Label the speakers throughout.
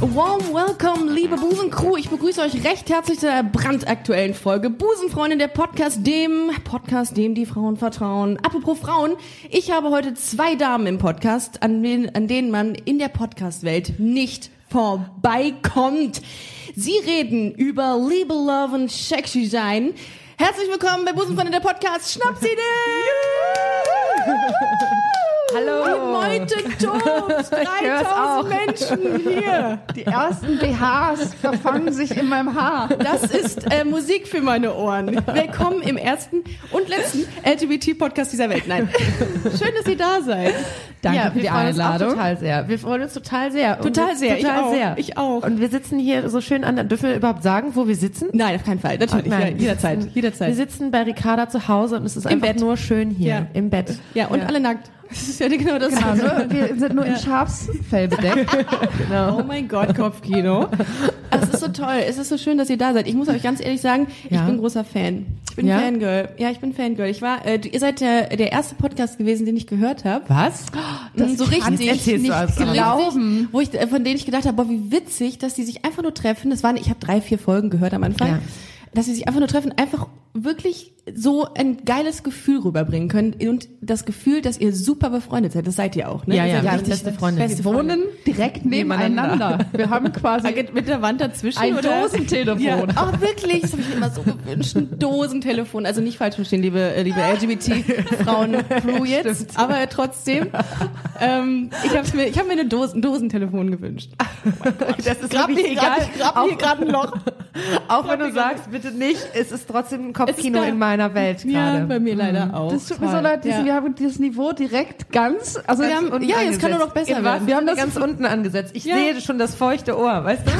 Speaker 1: Warm welcome, liebe Busencrew. Ich begrüße euch recht herzlich zur brandaktuellen Folge Busenfreundin, der Podcast, dem Podcast, dem die Frauen vertrauen. Apropos Frauen, ich habe heute zwei Damen im Podcast, an, wen, an denen man in der Podcast-Welt nicht vorbeikommt. Sie reden über Liebe, Love und Sexy sein. Herzlich willkommen bei Busenfreundin, der Podcast. Schnappt sie
Speaker 2: Hallo.
Speaker 1: Die Meute tobt.
Speaker 2: hör's auch.
Speaker 1: 3000 Menschen hier.
Speaker 2: Die ersten BHs verfangen sich in meinem Haar.
Speaker 1: Das ist äh, Musik für meine Ohren. Willkommen im ersten und letzten LGBT-Podcast dieser Welt. Nein. Schön, dass ihr da seid.
Speaker 2: Danke
Speaker 1: Ja,
Speaker 2: für
Speaker 1: wir
Speaker 2: die
Speaker 1: freuen uns auch
Speaker 2: Einladung.
Speaker 1: total
Speaker 2: sehr. Wir freuen uns total sehr.
Speaker 1: Total sehr, ich
Speaker 2: Total
Speaker 1: auch.
Speaker 2: sehr.
Speaker 1: Ich auch.
Speaker 2: Und wir sitzen hier so schön an. der- Dürfen wir überhaupt sagen, wo wir sitzen?
Speaker 1: Nein, auf keinen Fall. Natürlich,
Speaker 2: Nein.
Speaker 1: ja, jederzeit.
Speaker 2: Wir
Speaker 1: Jederzeit.
Speaker 2: sitzen bei Ricarda zu Hause und es ist einfach
Speaker 1: Bett.
Speaker 2: nur schön hier
Speaker 1: Ja.
Speaker 2: im Bett.
Speaker 1: Ja, und alle nackt. Das ist ja genau das.
Speaker 3: Genau, nur, wir sind nur in Schafsfell bedeckt.
Speaker 1: Oh mein Gott, Kopfkino. Es ist so toll. Es ist so schön, dass ihr da seid. Ich muss euch ganz ehrlich sagen, ich
Speaker 2: Ja.
Speaker 1: bin großer Fan. Ich bin
Speaker 2: Ja?
Speaker 1: Fangirl. Ja, ich bin Fangirl. Ich war, äh, ihr seid der, der erste Podcast gewesen, den ich gehört habe.
Speaker 2: Was?
Speaker 1: Das so richtig
Speaker 2: jetzt erzählst du
Speaker 1: nicht
Speaker 2: alles.
Speaker 1: glauben, wo ich äh, von denen ich gedacht habe, boah, wie witzig, dass die sich einfach nur treffen. Das waren, ich habe drei, vier Folgen gehört am Anfang,
Speaker 2: Ja.
Speaker 1: dass sie sich einfach nur treffen, einfach wirklich so ein geiles Gefühl rüberbringen können und das Gefühl, dass ihr super befreundet seid. Das seid ihr auch, ne?
Speaker 2: Ja,
Speaker 1: ihr
Speaker 2: ja,
Speaker 1: seid
Speaker 2: wir sind
Speaker 1: richtig
Speaker 2: beste Freunde.
Speaker 1: beste
Speaker 2: Wir
Speaker 1: Freunde.
Speaker 3: Wohnen direkt nebeneinander. Wir haben quasi
Speaker 1: Mit der Wand dazwischen
Speaker 3: ein
Speaker 1: oder?
Speaker 3: Dosentelefon.
Speaker 1: Ja. Oh, wirklich? Das habe ich mir immer so gewünscht. Ein Dosentelefon. Also nicht falsch verstehen, liebe, äh, liebe LGBT-Frauen-Crew jetzt. Aber trotzdem, ähm, ich habe mir, ich hab mir eine Dosen, ein Dosentelefon gewünscht.
Speaker 3: Oh
Speaker 2: Das ist
Speaker 1: Grab
Speaker 2: wirklich
Speaker 1: mir grad- ich grab mir
Speaker 2: gerade ein Loch. Auch wenn du sagst, bitte nicht, es ist trotzdem ein Kopfkino
Speaker 1: da.
Speaker 2: in meiner Welt
Speaker 1: Ja,
Speaker 2: gerade.
Speaker 1: bei mir leider auch.
Speaker 3: Mhm. Das tut mir
Speaker 1: Toll.
Speaker 3: so leid, diesen,
Speaker 1: Ja.
Speaker 3: wir haben dieses Niveau direkt ganz, also wir haben,
Speaker 1: ja, jetzt kann nur noch besser werden.
Speaker 2: Wir
Speaker 3: Wir
Speaker 2: haben
Speaker 3: haben
Speaker 2: das
Speaker 3: das-
Speaker 2: ganz unten angesetzt. Ich
Speaker 1: Ja.
Speaker 2: sehe schon das feuchte Ohr, weißt du?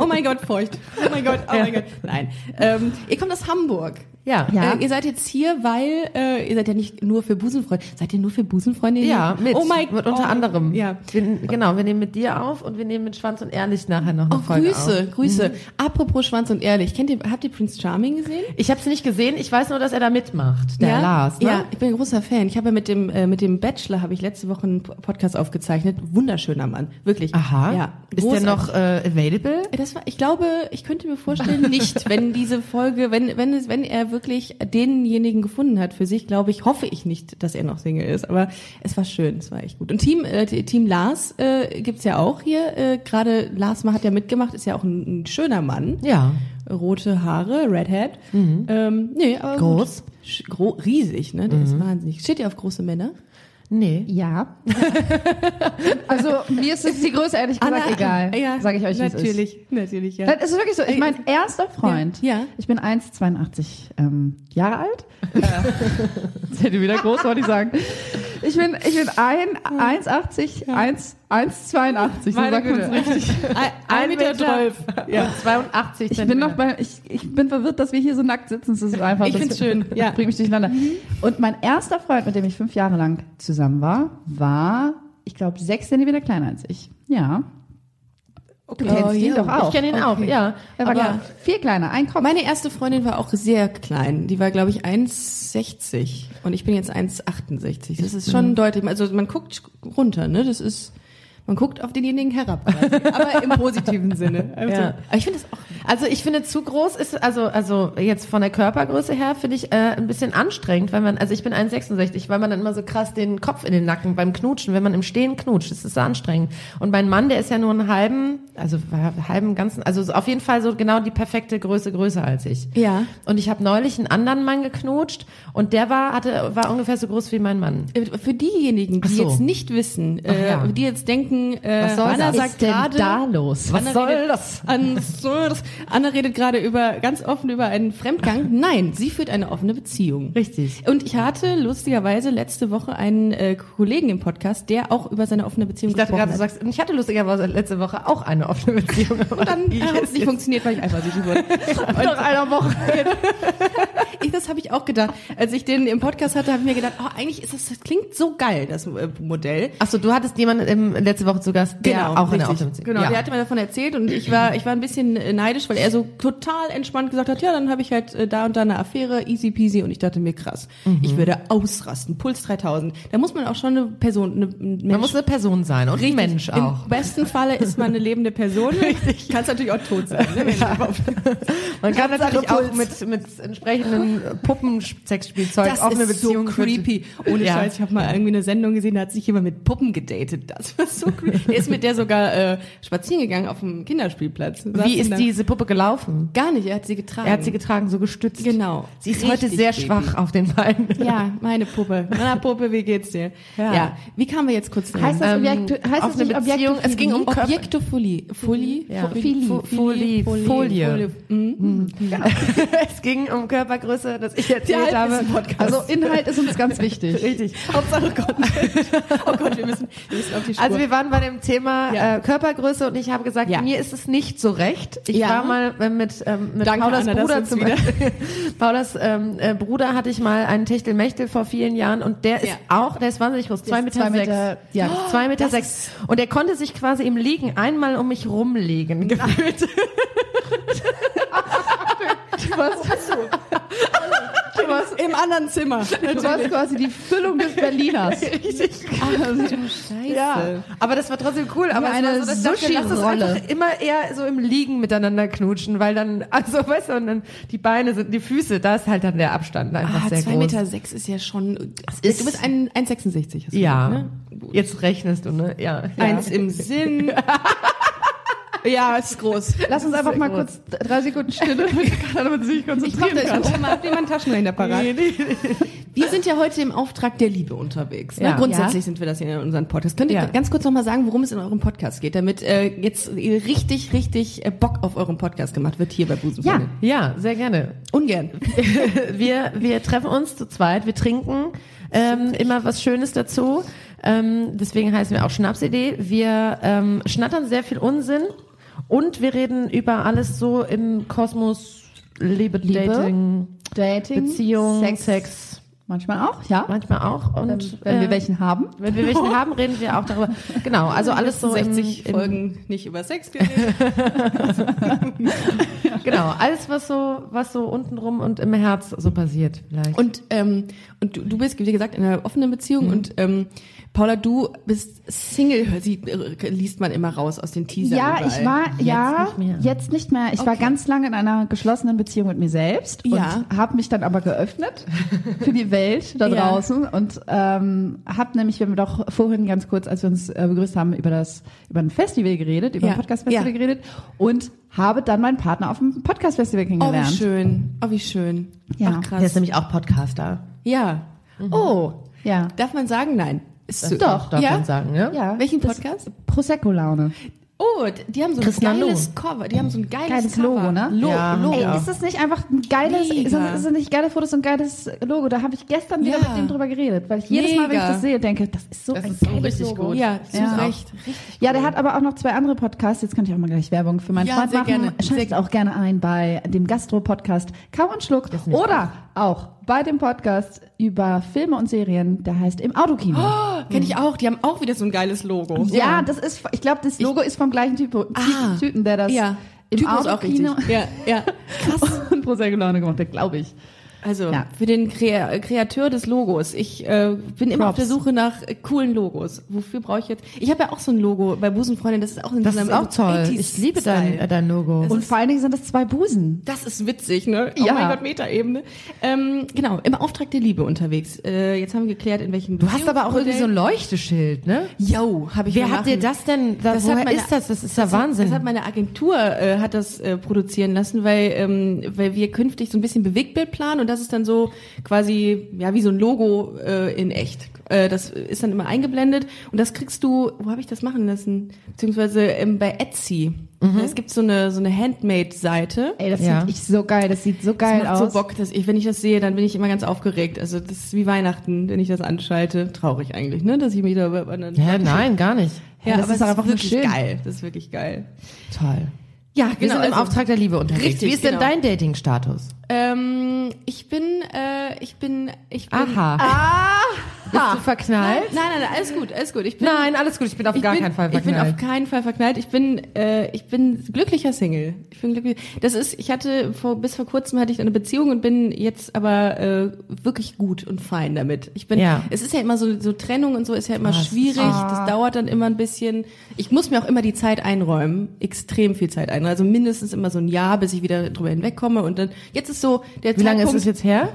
Speaker 1: Oh mein Gott, feucht. Oh mein Gott, oh mein Gott. Nein. Ähm, ihr kommt aus Hamburg.
Speaker 2: Ja.
Speaker 3: Ja.
Speaker 1: Äh, ihr seid jetzt hier, weil äh, ihr seid ja nicht nur für Busenfreunde. Seid ihr nur für Busenfreunde? hier?
Speaker 2: Ja, mit.
Speaker 1: Oh mein
Speaker 2: mit
Speaker 1: oh
Speaker 2: unter
Speaker 1: mein-
Speaker 2: anderem.
Speaker 1: Ja.
Speaker 2: Wir, genau, wir nehmen mit dir auf und wir nehmen mit Schwanz und Ehrlich nachher noch eine
Speaker 1: Oh,
Speaker 2: Folge Mhm. auf.
Speaker 1: Grüße, Grüße. Apropos Schwanz und ehrlich, kennt ihr, habt ihr Prince Charming gesehen?
Speaker 2: Ich habe es nicht gesehen, ich weiß nur, dass er da mitmacht, der Lars. Ne?
Speaker 1: Ja, ich bin ein großer Fan. Ich habe mit dem äh, mit dem Bachelor habe ich letzte Woche einen P- Podcast aufgezeichnet. Wunderschöner Mann, wirklich.
Speaker 2: Aha.
Speaker 1: Ja.
Speaker 2: Ist der
Speaker 1: großartig.
Speaker 2: noch äh, available?
Speaker 1: Das war, ich glaube, ich könnte mir vorstellen, nicht, wenn diese Folge, wenn wenn es, wenn er wirklich denjenigen gefunden hat für sich, glaube ich, hoffe ich nicht, dass er noch Single ist. Aber es war schön, es war echt gut. Und Team äh, Team Lars äh, gibt's ja auch hier. Äh, Gerade Lars hat ja mitgemacht, ist ja auch ein, ein schöner Mann.
Speaker 2: Ja.
Speaker 1: rote Haare, Redhead. Ähm, nee, aber
Speaker 2: Groß.
Speaker 1: gut. Sch- Gro riesig, ne? Der ist wahnsinnig. Steht ihr auf große Männer?
Speaker 2: Nee.
Speaker 3: Ja. also mir ist es die Größe ehrlich gesagt egal.
Speaker 1: ja,
Speaker 3: Sag ich euch, wie es ist.
Speaker 1: Natürlich, natürlich, ja.
Speaker 3: Das ist wirklich so. Ich mein erster Freund.
Speaker 1: Ja. Ja.
Speaker 3: Ich bin 1,82 ähm, Jahre alt. Äh, hätte wieder groß, wollte ich sagen. Ich bin, ich bin ein, 1,80, 1, 1,82. So
Speaker 2: Meine
Speaker 3: sagt man's
Speaker 2: Güte.
Speaker 3: richtig.
Speaker 1: Ein, ein Meter zwölf.
Speaker 2: Ja. 82
Speaker 3: Ich bin noch bei, ich, ich bin verwirrt, dass wir hier so nackt sitzen. Das ist einfach,
Speaker 1: Ich
Speaker 3: das
Speaker 1: find's schön, ja.
Speaker 3: bringt mich durcheinander. Und mein erster Freund, mit dem ich fünf Jahre lang zusammen war, war, ich glaube, sechs Zentimeter kleiner als ich. Ja.
Speaker 1: Okay.
Speaker 3: Du kennst
Speaker 1: Oh,
Speaker 3: ihn
Speaker 1: ja.
Speaker 3: doch auch.
Speaker 2: Ich kenne ihn auch, ja.
Speaker 3: Er
Speaker 1: Aber-
Speaker 3: war klar, viel kleiner, ein Kopf.
Speaker 1: Meine erste Freundin war auch sehr klein. Die war, glaube ich, 1,60 und ich bin jetzt 1,68. Das ist schon deutlich. Also man guckt runter, ne? Das ist, man guckt auf denjenigen herab, quasi. aber im positiven Sinne. Also,
Speaker 2: Ja.
Speaker 1: Aber ich finde das auch
Speaker 2: Also ich finde zu groß ist also also jetzt von der Körpergröße her finde ich äh, ein bisschen anstrengend, weil man also ich bin 1,66, weil man dann immer so krass den Kopf in den Nacken beim Knutschen, wenn man im Stehen knutscht, das ist so anstrengend. Und mein Mann, der ist ja nur einen halben, also halben ganzen, also so auf jeden Fall so genau die perfekte Größe größer als ich.
Speaker 1: Ja.
Speaker 2: Und ich habe neulich einen anderen Mann geknutscht und der war hatte war ungefähr so groß wie mein Mann.
Speaker 1: Äh, Für diejenigen, die
Speaker 2: Ach so.
Speaker 1: jetzt nicht wissen, äh,
Speaker 2: ja.
Speaker 1: die jetzt denken, denken, äh,
Speaker 2: Was soll
Speaker 1: Anna
Speaker 2: das?
Speaker 1: sagt gerade,
Speaker 2: los?
Speaker 1: Anna
Speaker 2: Was soll
Speaker 1: redet-
Speaker 2: das?
Speaker 1: An, so, das- Anna redet gerade über ganz offen über einen Fremdgang. Nein, sie führt eine offene Beziehung.
Speaker 2: Richtig.
Speaker 1: Und ich hatte lustigerweise letzte Woche einen äh, Kollegen im Podcast, der auch über seine offene Beziehung
Speaker 2: Ich dachte
Speaker 1: gesprochen
Speaker 2: gerade, du
Speaker 1: hat.
Speaker 2: sagst, ich hatte lustigerweise letzte Woche auch eine offene Beziehung. Und
Speaker 1: Dann hat es nicht funktioniert, weil ich eifersüchtig wurde.
Speaker 2: nach einer Woche.
Speaker 1: Ich, das habe ich auch gedacht. Als ich den im Podcast hatte, habe ich mir gedacht, oh, eigentlich ist das, das klingt so geil, das äh, Modell.
Speaker 2: Achso, du hattest jemanden im, letzte Woche zu Gast, der auch eine offene Beziehung
Speaker 1: Genau, der
Speaker 2: Ja.
Speaker 1: hatte mir davon erzählt und ich war, ich war ein bisschen äh, neidisch, weil er so total entspannt gesagt hat, ja, dann habe ich halt äh, da und da eine Affäre, easy peasy und ich dachte mir, krass,
Speaker 2: Mhm.
Speaker 1: ich würde ausrasten, Puls 3000. Da muss man auch schon eine Person, eine, ein Mensch
Speaker 2: Man muss eine Person sein und ein Mensch auch.
Speaker 1: Im besten Falle ist man eine lebende Person. Richtig. Kannst natürlich auch tot sein. Ne?
Speaker 2: Man kann natürlich auch
Speaker 1: Puls.
Speaker 2: mit, mit entsprechenden Puppensexspielzeug
Speaker 1: Das
Speaker 2: offene
Speaker 1: ist
Speaker 2: Beziehung
Speaker 1: so creepy. Ohne
Speaker 2: Ja.
Speaker 1: Scheiß, ich habe mal irgendwie eine Sendung gesehen, da hat sich jemand mit Puppen gedatet. Das war so creepy. Der ist mit der sogar äh, spazieren gegangen auf dem Kinderspielplatz.
Speaker 2: Wie
Speaker 1: Saßen
Speaker 2: ist
Speaker 1: da-
Speaker 2: diese Puppe gelaufen?
Speaker 1: Gar nicht, er hat sie getragen.
Speaker 2: Er hat sie getragen, so gestützt.
Speaker 1: Genau.
Speaker 2: Sie ist
Speaker 1: Richtig
Speaker 2: heute sehr
Speaker 1: creepy.
Speaker 2: schwach auf den Beinen.
Speaker 1: Ja, meine Puppe. Meiner Puppe, wie geht's dir?
Speaker 2: Ja.
Speaker 1: Wie kamen wir jetzt kurz dahin?
Speaker 3: Heißt das Objekt, heißt
Speaker 2: auf
Speaker 3: das
Speaker 2: eine
Speaker 3: nicht Objekt?
Speaker 2: Beziehung- es ging um Körper.
Speaker 1: Objektofolie. Folie?
Speaker 2: Ja.
Speaker 1: Folie.
Speaker 2: Fo- Folie.
Speaker 1: Folie.
Speaker 2: Folie.
Speaker 1: Mhm.
Speaker 2: Es ging um Körpergröße, das ich
Speaker 1: Der
Speaker 2: erzählt
Speaker 1: Hype
Speaker 2: habe.
Speaker 1: ist ein Podcast.
Speaker 3: Also Inhalt ist uns ganz wichtig.
Speaker 2: Richtig.
Speaker 1: Hauptsache Content. Oh Gott, wir müssen, wir müssen auf die Spur.
Speaker 2: Also wir waren bei dem Thema
Speaker 1: Ja.
Speaker 2: äh, Körpergröße und ich habe gesagt,
Speaker 1: Ja.
Speaker 2: mir ist es nicht so recht. Ich
Speaker 1: Ja.
Speaker 2: war mal äh, mit, ähm, mit
Speaker 1: Danke,
Speaker 2: Paulas
Speaker 1: Anna, dass du
Speaker 2: Bruder
Speaker 1: uns
Speaker 2: zum
Speaker 1: wieder-
Speaker 2: Paulas ähm, äh, Bruder hatte ich mal einen Techtelmechtel vor vielen Jahren und der ist
Speaker 1: Ja.
Speaker 2: auch, der ist wahnsinnig groß, zwei
Speaker 3: ist
Speaker 2: Meter
Speaker 3: zwei
Speaker 2: sechs.
Speaker 3: Meter-
Speaker 2: ja.
Speaker 3: ja.
Speaker 2: Zwei Meter sechs. Und er konnte sich quasi im Liegen einmal um mich rumlegen.
Speaker 1: Genau.
Speaker 2: gefühlt.
Speaker 3: Du warst,
Speaker 1: du warst im anderen Zimmer.
Speaker 3: du warst quasi die Füllung des Berliners.
Speaker 2: Ja, aber das war trotzdem cool. Aber
Speaker 3: eine
Speaker 2: es war so, dass ich dachte, lass es
Speaker 3: Sushi-Rolle.
Speaker 2: einfach immer eher so im Liegen miteinander knutschen, weil dann, also weißt du, und dann die Beine sind, die Füße, da ist halt dann der Abstand einfach
Speaker 1: Ah,
Speaker 2: sehr
Speaker 1: 2,6
Speaker 2: groß.
Speaker 1: Meter sechs ist ja schon. du bist ein 1,66. hast du
Speaker 2: ja,
Speaker 1: gesagt, ne?
Speaker 2: jetzt rechnest du, ne? Ja.
Speaker 1: Eins im Sinn. ja, ist groß.
Speaker 3: Lass uns einfach mal kurz drei Sekunden Stille, damit sie sich
Speaker 1: Ich dachte,
Speaker 3: konzentrieren
Speaker 1: ich
Speaker 3: kann.
Speaker 1: gucke mal, habt ihr mal einen Taschenrechner parat? Wir sind ja heute im Auftrag der Liebe unterwegs. Ne?
Speaker 2: Ja.
Speaker 1: Grundsätzlich
Speaker 2: Ja.
Speaker 1: sind wir das hier in unserem Podcast. Könnt ihr
Speaker 2: Ja.
Speaker 1: ganz kurz nochmal sagen, worum es in eurem Podcast geht, damit äh, jetzt ihr richtig, richtig äh, Bock auf euren Podcast gemacht wird hier bei Busenfreunde?
Speaker 2: Ja, ja, sehr gerne.
Speaker 1: Ungern.
Speaker 2: wir, wir treffen uns zu zweit, wir trinken ähm, immer was Schönes dazu. Ähm, deswegen heißen wir auch Schnapsidee. Wir ähm, schnattern sehr viel Unsinn und wir reden über alles so im Kosmos, Liebe,
Speaker 3: Liebe,
Speaker 2: Dating,
Speaker 3: Dating,
Speaker 2: Beziehung, Sex.
Speaker 3: Sex, manchmal auch, ja.
Speaker 2: manchmal auch. Und
Speaker 3: wenn
Speaker 2: äh,
Speaker 3: wir welchen haben.
Speaker 2: wenn wir welchen haben, reden wir auch darüber. Genau, also alles so im-
Speaker 1: 60
Speaker 2: im,
Speaker 1: Folgen nicht über Sex geredet.
Speaker 2: Genau, alles was so was so untenrum und im Herz so passiert vielleicht.
Speaker 1: Und, ähm, und du, du bist, wie gesagt, in einer offenen Beziehung und ähm, Paula, du bist Single, hör- sie, äh, liest man immer raus aus den Teasern.
Speaker 3: Ja,
Speaker 1: überall.
Speaker 3: ich war ja
Speaker 2: nicht mehr.
Speaker 3: jetzt nicht mehr. Ich war ganz lange in einer geschlossenen Beziehung mit mir selbst
Speaker 1: Ja.
Speaker 3: und habe mich dann aber geöffnet für die Welt da
Speaker 1: Ja.
Speaker 3: draußen und ähm, habe nämlich, wir haben doch vorhin ganz kurz, als wir uns äh, begrüßt haben, über das über ein Festival geredet, über
Speaker 1: Ja.
Speaker 3: ein Podcast-Festival
Speaker 1: Ja.
Speaker 3: geredet und habe dann meinen Partner auf dem Podcast-Festival
Speaker 1: Oh, wie
Speaker 3: kennengelernt.
Speaker 1: schön. Oh, wie schön.
Speaker 3: Ja.
Speaker 1: Ach,
Speaker 2: Der ist
Speaker 1: krass.
Speaker 2: nämlich auch Podcaster.
Speaker 1: Ja. Oh.
Speaker 3: Ja.
Speaker 1: Darf man sagen? Nein. Ist so-
Speaker 3: Doch.
Speaker 2: darf
Speaker 1: Ja?
Speaker 2: man sagen, ne?
Speaker 3: Ja.
Speaker 1: Welchen
Speaker 3: Das-
Speaker 1: Podcast?
Speaker 3: Prosecco-Laune.
Speaker 1: Oh, d- die haben so ein
Speaker 2: Christian
Speaker 1: geiles Cover. Die haben so ein geiles,
Speaker 3: Geiles
Speaker 1: Cover.
Speaker 3: Logo, ne?
Speaker 1: Lo
Speaker 2: Ja.
Speaker 1: Logo.
Speaker 3: Ey, ist das nicht einfach ein geiles,
Speaker 1: Mega.
Speaker 3: sind, sind nicht geile Fotos und ein geiles Logo? Da habe ich gestern wieder
Speaker 1: Ja.
Speaker 3: mit dem drüber geredet, weil ich jedes Mal, wenn ich
Speaker 1: Mega.
Speaker 3: das sehe, denke, das ist so
Speaker 2: Das
Speaker 3: ein
Speaker 2: ist so
Speaker 3: geiles
Speaker 2: richtig
Speaker 3: Logo.
Speaker 2: gut.
Speaker 1: ja, zu
Speaker 3: Ja.
Speaker 1: Recht. Richtig.
Speaker 3: Ja, der hat aber auch noch zwei andere Podcasts. Jetzt könnte ich auch mal gleich Werbung für meinen
Speaker 1: Ja,
Speaker 3: Freund
Speaker 1: sehr
Speaker 3: machen.
Speaker 1: gerne.
Speaker 3: Schaltet auch gerne ein bei dem Gastro-Podcast Kau und Schluck oder auch bei dem Podcast über Filme und Serien, der heißt Im Autokino.
Speaker 1: Oh, Kenne ich auch. Die haben auch wieder so ein geiles Logo.
Speaker 3: ja, das ist, ich glaube, das Logo ist vom gleichen Typo,
Speaker 1: Oh, Ah.
Speaker 3: Typen, der das
Speaker 1: Ja.
Speaker 3: im
Speaker 1: Typus auch richtig.
Speaker 3: Autokino
Speaker 1: Ja, ja. Krass.
Speaker 3: und Prosecco Laune gemacht hat, glaube ich.
Speaker 1: Also
Speaker 3: Ja.
Speaker 1: für den Krea Kreateur des Logos. Ich äh, bin immer auf
Speaker 3: Props.
Speaker 1: der Suche nach äh, coolen Logos. Wofür brauche ich jetzt? Ich habe ja auch so ein Logo bei Busenfreundin. Das ist auch in
Speaker 2: Das
Speaker 1: diesem
Speaker 2: ist auch toll.
Speaker 1: 80s
Speaker 2: Ich liebe dein,
Speaker 1: Style.
Speaker 2: äh, dein Logo.
Speaker 1: Also
Speaker 3: Und vor allen Dingen sind das zwei Busen.
Speaker 1: Das ist witzig, ne? Oh
Speaker 3: Ja.
Speaker 1: mein Gott, Metaebene. Ähm, genau, im Auftrag der Liebe unterwegs. Äh, jetzt haben wir geklärt, in welchem
Speaker 2: du hast aber auch irgendwie so ein Leuchteschild, ne?
Speaker 1: Yo, habe ich
Speaker 2: Wer
Speaker 1: mir
Speaker 2: hat dir
Speaker 1: machen-
Speaker 2: das denn? Da,
Speaker 1: Das hat
Speaker 2: woher
Speaker 1: meine-
Speaker 2: ist das? Das ist ja
Speaker 1: Das
Speaker 2: Wahnsinn.
Speaker 1: hat meine Agentur äh, hat das äh, produzieren lassen, weil ähm, weil wir künftig so ein bisschen Bewegtbild planen und das ist dann so quasi ja wie so ein Logo äh, in echt. äh, das ist dann immer eingeblendet und das kriegst du, wo habe ich das machen lassen? Beziehungsweise ähm, bei Etsy. Es gibt so eine, so eine Handmade-Seite.
Speaker 3: Mhm. Ey, das
Speaker 2: Ja.
Speaker 3: finde ich so geil. Das sieht so
Speaker 1: Das
Speaker 3: geil
Speaker 1: macht
Speaker 3: aus.
Speaker 1: so Bock, dass ich, wenn ich das sehe, dann bin ich immer ganz aufgeregt. Also das ist wie Weihnachten, wenn ich das anschalte. Traurig eigentlich, ne? Dass ich mich da über einen
Speaker 2: Hä, nein, gar nicht.
Speaker 3: Ja, das ist doch einfach nur
Speaker 1: wirklich
Speaker 3: schön.
Speaker 1: geil. Das ist wirklich geil.
Speaker 2: Toll.
Speaker 1: Ja,
Speaker 2: Wir sind im
Speaker 1: also-
Speaker 2: Auftrag der Liebe unterwegs.
Speaker 1: Richtig,
Speaker 2: Wie ist denn
Speaker 1: genau.
Speaker 2: dein Dating-Status?
Speaker 1: Ähm, ich bin, äh, ich bin, ich bin.
Speaker 2: Aha. Ah! Bist du
Speaker 1: Nein,
Speaker 2: verknallt?
Speaker 1: nein, nein, alles gut, alles gut. Ich bin,
Speaker 2: halt. Nein, alles gut. Ich bin auf
Speaker 1: ich
Speaker 2: gar
Speaker 1: bin,
Speaker 2: keinen Fall
Speaker 1: Ich bin
Speaker 2: verknallt.
Speaker 1: auf keinen Fall verknallt. Ich bin, äh, ich bin glücklicher Single. Ich bin glücklich. Das ist, ich hatte vor, bis vor kurzem hatte ich eine Beziehung und bin jetzt aber äh, wirklich gut und fein damit. Ich bin,
Speaker 2: Ja. Ah.
Speaker 1: es ist ja immer so, so Trennung und so ist ja immer
Speaker 2: das ist-
Speaker 1: schwierig. Das dauert dann immer ein bisschen. Ich muss mir auch immer die Zeit einräumen, extrem viel Zeit einräumen. Also mindestens immer so ein Jahr, bis ich wieder drüber hinwegkomme und dann. Jetzt ist so der
Speaker 2: Wie lange ist
Speaker 1: Zeitpunkt-
Speaker 2: es jetzt her?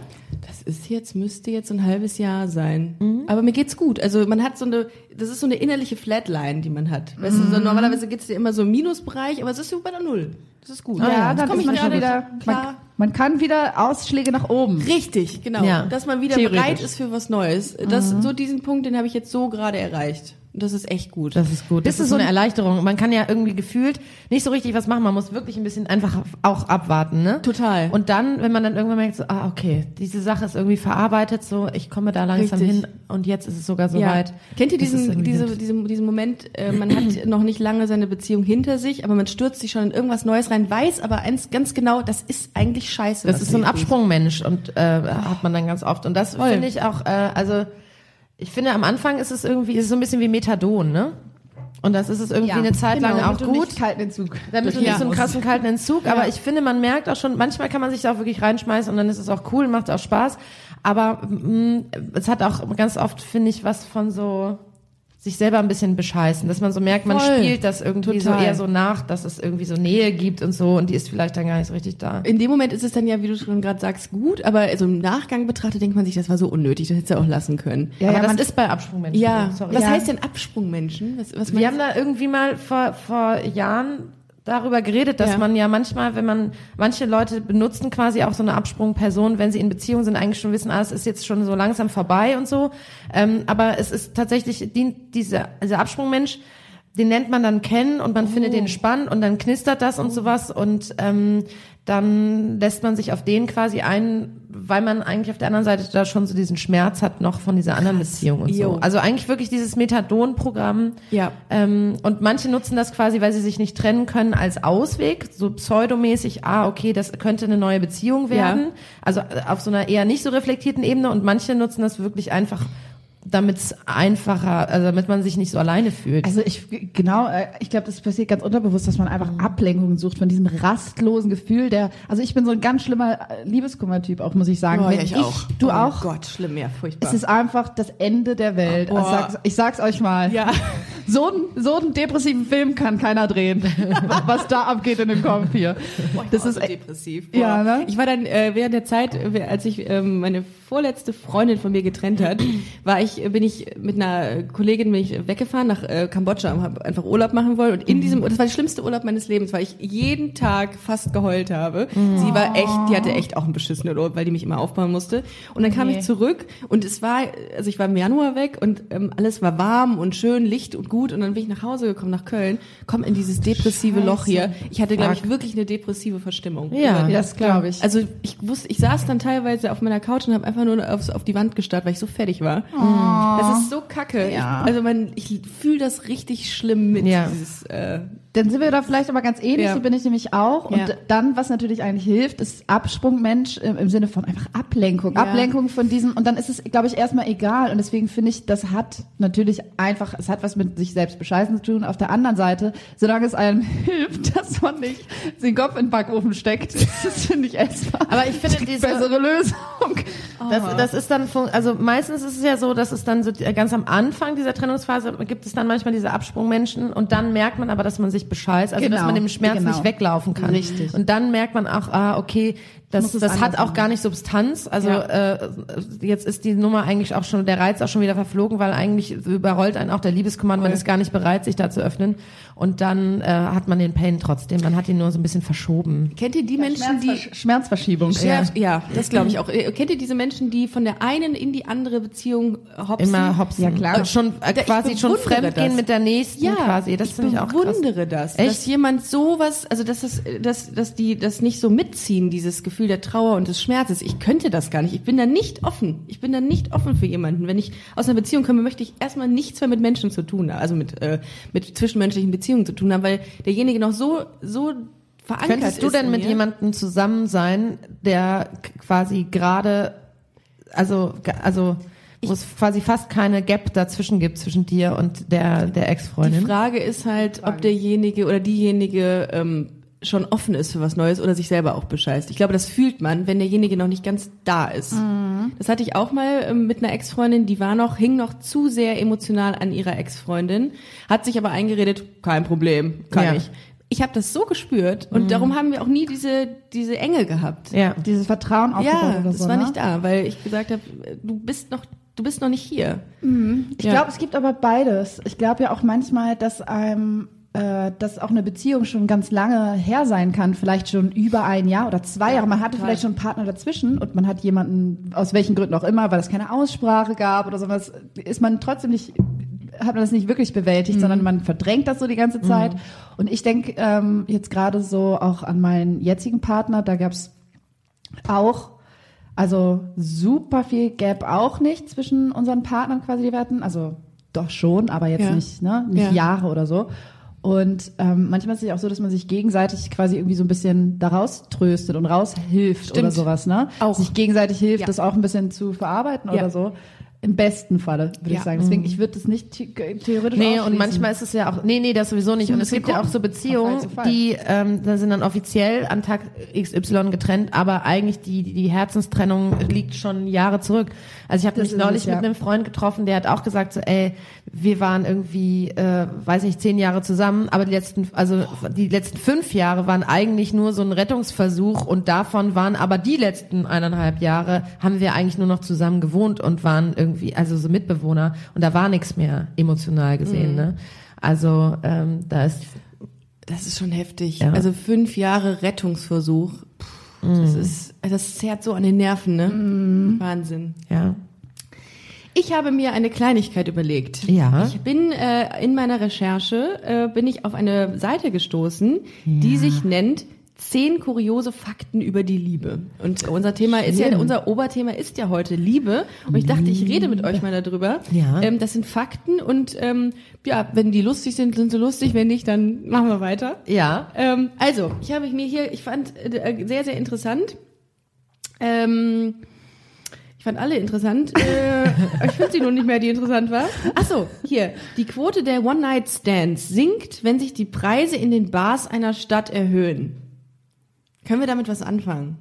Speaker 1: das ist jetzt, müsste jetzt so ein halbes Jahr sein. Aber mir geht's gut. Also man hat so eine, das ist so eine innerliche Flatline, die man hat. Weißt du, so normalerweise geht's dir immer so im Minusbereich, aber es ist so bei der Null. Das ist gut.
Speaker 3: Ja,
Speaker 1: Ah Jetzt
Speaker 3: dann
Speaker 1: komm
Speaker 3: ist
Speaker 1: ich
Speaker 3: man schon
Speaker 1: gerade
Speaker 3: wieder. Man,
Speaker 1: klar.
Speaker 3: man kann wieder Ausschläge nach oben.
Speaker 1: Richtig, genau.
Speaker 2: Ja.
Speaker 1: Dass man wieder
Speaker 2: Theoretisch.
Speaker 1: bereit ist für was Neues. Das, So diesen Punkt, den habe ich jetzt so gerade erreicht. Und das ist echt gut.
Speaker 2: Das ist gut. Das,
Speaker 3: Bist du
Speaker 2: ist so
Speaker 3: so
Speaker 2: eine
Speaker 3: ein-
Speaker 2: Erleichterung. Man kann ja irgendwie gefühlt nicht so richtig was machen. Man muss wirklich ein bisschen einfach auch abwarten, ne?
Speaker 1: Total.
Speaker 2: Und dann, wenn man dann irgendwann merkt, so, ah, okay, diese Sache ist irgendwie verarbeitet, so, ich komme da langsam
Speaker 1: Richtig.
Speaker 2: hin und jetzt ist es sogar so weit.
Speaker 1: Kennt ihr
Speaker 2: dass es
Speaker 1: diesen,
Speaker 2: irgendwie
Speaker 1: diese,
Speaker 2: wird.
Speaker 1: diesen, diesen Moment, äh, man hat noch nicht lange seine Beziehung hinter sich, aber man stürzt sich schon in irgendwas Neues rein, weiß aber eins ganz genau, das ist eigentlich scheiße.
Speaker 2: Das
Speaker 1: was
Speaker 2: ist
Speaker 1: wir
Speaker 2: so ein
Speaker 1: hier tun.
Speaker 2: Absprungmensch und äh, hat man dann ganz oft. Und das
Speaker 1: Voll.
Speaker 2: finde ich auch, äh, also ich finde am Anfang ist es irgendwie, ist es so ein bisschen wie Methadon, ne? Und das ist es irgendwie eine Zeit
Speaker 3: genau.
Speaker 2: lang auch gut.
Speaker 3: kalten Entzug.
Speaker 2: Damit du
Speaker 1: Ja.
Speaker 2: nicht so einen krassen kalten Entzug, aber ich finde, man merkt auch schon, manchmal kann man sich da auch wirklich reinschmeißen und dann ist es auch cool, macht auch Spaß. Aber mm, es hat auch ganz oft, finde ich, was von so sich selber ein bisschen bescheißen, dass man so merkt, man
Speaker 1: Voll.
Speaker 2: spielt das irgendwie so
Speaker 1: Total.
Speaker 2: eher so nach, dass es irgendwie so Nähe gibt und so und die ist vielleicht dann gar nicht so richtig da.
Speaker 1: In dem Moment ist es dann ja, wie du schon gerade sagst, gut, aber also im Nachgang betrachtet denkt man sich, das war so unnötig, das hättest du auch lassen können.
Speaker 3: Ja,
Speaker 2: aber
Speaker 3: ja,
Speaker 2: das
Speaker 3: man-
Speaker 2: ist bei Absprungmenschen.
Speaker 1: Oh, Ja,
Speaker 2: so, sorry.
Speaker 1: was
Speaker 3: Ja.
Speaker 1: heißt denn Absprungmenschen? Was, was
Speaker 2: Wir
Speaker 1: meinst
Speaker 2: haben
Speaker 1: du?
Speaker 2: da irgendwie mal vor, vor Jahren darüber geredet, dass
Speaker 1: Ja.
Speaker 2: man ja manchmal, wenn man, manche Leute benutzen quasi auch so eine Absprungperson, wenn sie in Beziehung sind, eigentlich schon wissen, ah, es ist jetzt schon so langsam vorbei und so. Ähm, aber es ist tatsächlich, dient dieser, dieser Absprungmensch, den nennt man dann kennen und man findet
Speaker 1: Oh.
Speaker 2: den spannend und dann knistert das und sowas und ähm, dann lässt man sich auf den quasi ein, weil man eigentlich auf der anderen Seite da schon so diesen Schmerz hat noch von dieser anderen Beziehung und
Speaker 1: Jo.
Speaker 2: so. Also eigentlich wirklich dieses Methadon-Programm,
Speaker 1: Ja.
Speaker 2: ähm, und manche nutzen das quasi, weil sie sich nicht trennen können, als Ausweg, so pseudomäßig, ah, okay, das könnte eine neue Beziehung werden. Also äh, auf so einer eher nicht so reflektierten Ebene. Und manche nutzen das wirklich einfach, damit es einfacher, also damit man sich nicht so alleine fühlt.
Speaker 3: Also ich genau, äh, ich glaube, das passiert ganz unterbewusst, dass man einfach
Speaker 1: Mhm.
Speaker 3: Ablenkungen sucht von diesem rastlosen Gefühl der. Also ich bin so ein ganz schlimmer äh, Liebeskummer-Typ, auch muss ich sagen.
Speaker 1: Oh,
Speaker 3: Wenn
Speaker 1: ja, ich auch.
Speaker 3: Du
Speaker 1: oh
Speaker 3: auch.
Speaker 1: Gott, schlimm, ja, furchtbar.
Speaker 3: Es ist einfach das Ende der Welt.
Speaker 1: Boah.
Speaker 3: Ich, sag's, ich sag's euch mal.
Speaker 1: ja.
Speaker 3: So einen, so einen depressiven Film kann keiner drehen, was da abgeht in dem Kopf hier. Das ist äh,
Speaker 1: depressiv.
Speaker 3: Boah. Ja, ne?
Speaker 1: Ich war dann äh, während der Zeit, äh, als ich ähm, meine vorletzte Freundin von mir getrennt hat, war ich, äh, bin ich mit einer Kollegin bin ich weggefahren nach äh, Kambodscha und habe einfach Urlaub machen wollen. Und
Speaker 3: Mhm.
Speaker 1: in diesem, das war der schlimmste Urlaub meines Lebens, weil ich jeden Tag fast geheult habe.
Speaker 3: Mhm.
Speaker 1: Sie war echt, die hatte echt auch einen beschissenen Urlaub, weil die mich immer aufbauen musste. Und dann kam ich zurück und es war, also ich war im Januar weg und ähm, alles war warm und schön, Licht und gut. Und dann bin ich nach Hause gekommen, nach Köln, komm in dieses depressive Loch hier. Ich hatte, glaube ich, wirklich eine depressive Verstimmung.
Speaker 2: Ja.
Speaker 3: das glaube ich.
Speaker 1: Also ich wusste, ich saß dann teilweise auf meiner Couch und habe einfach nur aufs, auf die Wand gestarrt, weil ich so fertig war. Das ist so kacke.
Speaker 3: Ja.
Speaker 1: Ich, also man, ich fühle das richtig schlimm mit
Speaker 2: Ja.
Speaker 1: dieses. Äh,
Speaker 3: Dann sind wir da vielleicht aber ganz ähnlich,
Speaker 1: Ja.
Speaker 3: so bin ich nämlich auch. Und
Speaker 1: Ja.
Speaker 3: dann, was natürlich eigentlich hilft, ist Absprungmensch äh, im, im Sinne von einfach Ablenkung.
Speaker 1: Ja.
Speaker 3: Ablenkung von diesem, und dann ist es, glaube ich, erstmal egal. Und deswegen finde ich, das hat natürlich einfach, es hat was mit sich selbst bescheißen zu tun. Auf der anderen Seite, solange es einem hilft, dass man nicht den Kopf in den Backofen steckt, das finde ich erstmal
Speaker 2: aber ich finde
Speaker 3: die
Speaker 2: diese,
Speaker 3: bessere Lösung.
Speaker 2: Das,
Speaker 3: Oh.
Speaker 2: das ist dann, fun- also meistens ist es ja so, dass es dann so die- ganz am Anfang dieser Trennungsphase gibt es dann manchmal diese Absprungmenschen und dann merkt man aber, dass man sich bescheißt, also dass
Speaker 3: Genau,
Speaker 2: man dem Schmerz
Speaker 3: genau.
Speaker 2: nicht weglaufen kann.
Speaker 3: Richtig.
Speaker 2: Und dann merkt man auch, ah, okay, das,
Speaker 3: Muss es
Speaker 2: das
Speaker 3: anders
Speaker 2: hat auch
Speaker 3: machen.
Speaker 2: gar nicht Substanz. Also
Speaker 1: Ja.
Speaker 2: äh, jetzt ist die Nummer eigentlich auch schon, der Reiz auch schon wieder verflogen, weil eigentlich überrollt einen auch der Liebeskummer und man ist gar nicht bereit, sich da zu öffnen. Und dann äh, hat man den Pain trotzdem, man hat ihn nur so ein bisschen verschoben.
Speaker 1: kennt ihr die Menschen, die
Speaker 3: Schmerzversch- Schmerzverschiebung.
Speaker 1: Ja, ja das glaube ich auch. Äh, Kennt ihr diese Menschen, die von der einen in die andere Beziehung äh, hopsen.
Speaker 2: Immer hopsen.
Speaker 3: Ja, klar.
Speaker 2: Und Schon äh,
Speaker 1: Ich
Speaker 2: quasi schon
Speaker 1: bewundere
Speaker 2: fremdgehen
Speaker 1: das.
Speaker 2: mit der nächsten
Speaker 1: Ja,
Speaker 2: quasi. Das
Speaker 1: ich
Speaker 2: finde ich auch krass.
Speaker 1: bewundere das, dass
Speaker 2: Echt?
Speaker 1: jemand sowas, also dass das, dass, dass die das nicht so mitziehen, dieses Gefühl der Trauer und des Schmerzes. Ich könnte das gar nicht. Ich bin da nicht offen. Ich bin da nicht offen für jemanden. Wenn ich aus einer Beziehung komme, möchte ich erstmal nichts mehr mit Menschen zu tun, haben, also mit äh, mit zwischenmenschlichen Beziehungen zu tun haben, weil derjenige noch so so verankert
Speaker 2: Könntest du
Speaker 1: ist
Speaker 2: denn
Speaker 1: in
Speaker 2: mit
Speaker 1: mir.
Speaker 2: jemandem zusammen sein, der k- quasi gerade, also, ge- also, wo es quasi fast keine Gap dazwischen gibt zwischen dir und der, der
Speaker 1: Die
Speaker 3: Hm?
Speaker 2: Ex-Freundin?
Speaker 1: Frage ist halt, ob derjenige oder diejenige ähm, schon offen ist für was Neues oder sich selber auch bescheißt. Ich glaube, das fühlt man, wenn derjenige noch nicht ganz da ist.
Speaker 3: Mhm.
Speaker 1: Das hatte ich auch mal ähm, mit einer Ex-Freundin, die war noch, hing noch zu sehr emotional an ihrer Ex-Freundin, hat sich aber eingeredet, kein Problem, kann
Speaker 2: Ja.
Speaker 1: ich. Ich habe das so gespürt
Speaker 3: Mhm.
Speaker 1: und darum haben wir auch nie diese, diese Enge gehabt.
Speaker 2: Ja.
Speaker 3: Dieses Vertrauen aufgebaut
Speaker 1: Ja,
Speaker 3: oder
Speaker 1: das
Speaker 3: so.
Speaker 1: war
Speaker 3: ne?
Speaker 1: nicht da, weil ich gesagt habe, du bist noch, du bist noch nicht hier.
Speaker 3: Ich
Speaker 1: Ja.
Speaker 3: glaube, es gibt aber beides. Ich glaube ja auch manchmal, dass einem äh, dass auch eine Beziehung schon ganz lange her sein kann, vielleicht schon über ein Jahr oder zwei Jahre. Man hatte vielleicht schon einen Partner dazwischen und man hat jemanden, aus welchen Gründen auch immer, weil es keine Aussprache gab oder sowas, ist man trotzdem nicht, hat man das nicht wirklich bewältigt, sondern man verdrängt das so die ganze Zeit. Und ich denke ähm, jetzt gerade so auch an meinen jetzigen Partner, da gab es auch, also super viel Gap auch nicht zwischen unseren Partnern quasi, die wir hatten. Also doch schon, aber jetzt
Speaker 1: Ja.
Speaker 3: nicht, ne? Nicht
Speaker 1: Ja.
Speaker 3: Jahre oder so. Und ähm, manchmal ist es ja auch so, dass man sich gegenseitig quasi irgendwie so ein bisschen daraus tröstet und raushilft oder sowas, ne?
Speaker 1: Auch.
Speaker 3: Sich gegenseitig hilft,
Speaker 1: Ja.
Speaker 3: das auch ein bisschen zu verarbeiten
Speaker 1: Ja.
Speaker 3: oder so. Im besten Falle, würde
Speaker 1: Ja. Mhm.
Speaker 3: ich sagen. Deswegen, ich würde das nicht the theoretisch
Speaker 2: Nee, und
Speaker 3: ausschließen.
Speaker 2: manchmal ist es ja auch, nee, nee, das sowieso nicht.
Speaker 3: Muss
Speaker 2: Und
Speaker 3: man
Speaker 2: es gibt ja
Speaker 3: gucken.
Speaker 2: auch so Beziehungen,
Speaker 3: Von Fall zu Fall.
Speaker 2: die ähm, da sind dann offiziell an Tag XY getrennt, aber eigentlich die, die- die Herzenstrennung liegt schon Jahre zurück. Also ich habe
Speaker 3: Das
Speaker 2: mich
Speaker 3: ist es,
Speaker 2: neulich
Speaker 3: ja.
Speaker 2: mit einem Freund getroffen, der hat auch gesagt so, ey, wir waren irgendwie, äh, weiß nicht, zehn Jahre zusammen, aber die letzten, also die letzten fünf Jahre waren eigentlich nur so ein Rettungsversuch und davon waren aber die letzten eineinhalb Jahre haben wir eigentlich nur noch zusammen gewohnt und waren irgendwie, also so Mitbewohner und da war nichts mehr emotional gesehen,
Speaker 3: Mhm.
Speaker 2: ne? Also ähm, da ist
Speaker 1: Das ist schon heftig.
Speaker 2: Ja.
Speaker 1: Also fünf Jahre Rettungsversuch. Puh, Das
Speaker 2: Mm.
Speaker 1: ist, das zerrt so an den Nerven, ne? Wahnsinn.
Speaker 2: ja
Speaker 1: Ich habe mir eine Kleinigkeit überlegt.
Speaker 2: Ja.
Speaker 1: Ich bin äh, in meiner Recherche äh, bin ich auf eine Seite gestoßen, die sich nennt Zehn kuriose Fakten über die Liebe. Und unser Thema ist ja,
Speaker 3: Schön.
Speaker 1: unser Oberthema ist ja heute Liebe. Und ich dachte, ich rede mit euch mal darüber.
Speaker 2: Ja.
Speaker 1: Ähm, das sind Fakten und ähm, ja, wenn die lustig sind, sind sie lustig. Wenn nicht, dann machen wir weiter.
Speaker 2: ja
Speaker 1: Ähm, also, ich habe mir hier, ich fand äh, sehr, sehr interessant. Ähm, ich fand alle interessant. Äh, ich finde sie nur nicht mehr, die interessant war. Ach so, hier. Die Quote der One-Night-Stands sinkt, wenn sich die Preise in den Bars einer Stadt erhöhen. Können wir damit was anfangen?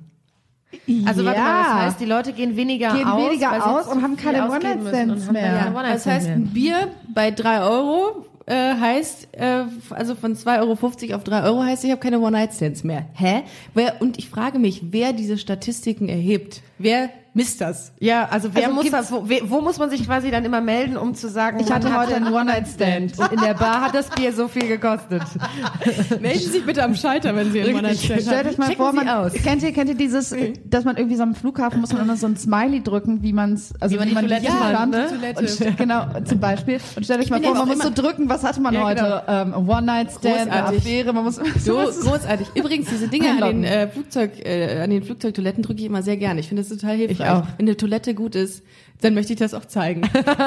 Speaker 2: Also warte mal, das
Speaker 3: Ja.
Speaker 2: heißt, die Leute gehen weniger
Speaker 3: Gehen
Speaker 2: aus,
Speaker 3: weniger
Speaker 2: weil sie
Speaker 3: aus
Speaker 2: jetzt
Speaker 3: und
Speaker 2: zu
Speaker 3: haben
Speaker 2: viel
Speaker 3: keine
Speaker 2: ausgeben müssen
Speaker 3: One-Night-Stands
Speaker 2: und haben dann
Speaker 3: mehr.
Speaker 2: keine
Speaker 1: Also Das
Speaker 2: One-Night-Stands
Speaker 1: heißt, ein Bier bei 3 Euro äh, heißt, äh, also von 2,50 Euro auf 3 Euro heißt, ich habe keine One-Night-Stands mehr. Hä? Wer, und ich frage mich, wer diese Statistiken erhebt? Wer misst das?
Speaker 2: mehr. ja, also wer
Speaker 1: Also
Speaker 2: muss
Speaker 1: gibt's-
Speaker 2: das, wo, we- wo muss man sich quasi dann immer melden, um zu sagen,
Speaker 3: Ich hatte
Speaker 2: man
Speaker 3: heute einen One-Night-Stand.
Speaker 2: und in der Bar hat das Bier so viel gekostet.
Speaker 1: Melden Sie sich bitte am Schalter, wenn Sie einen One-Night-Stand
Speaker 3: Stellt euch mal vor, man kennt ihr kennt ihr dieses, dass man irgendwie so am Flughafen muss man immer so ein Smiley drücken, wie man es also
Speaker 2: Wie man die Toilette
Speaker 3: liegen
Speaker 2: fand,
Speaker 3: kann.
Speaker 2: ne?
Speaker 1: Toilette.
Speaker 3: Und st- genau zum Beispiel. Und stellt euch mal vor, man muss so drücken, was hatte man
Speaker 1: Ja,
Speaker 3: heute?
Speaker 2: genau.
Speaker 3: Ähm, One Night Stand,
Speaker 1: Großartig.
Speaker 3: Affäre, man muss
Speaker 1: So
Speaker 3: sowas-
Speaker 1: großartig. Übrigens, diese Dinge an den,
Speaker 3: Einloggen.
Speaker 1: äh, Flugzeug, äh, an den Flugzeugtoiletten drücke ich immer sehr gerne. Ich finde das total hilfreich.
Speaker 2: auch.
Speaker 1: Wenn eine Toilette gut ist, dann möchte ich das auch zeigen.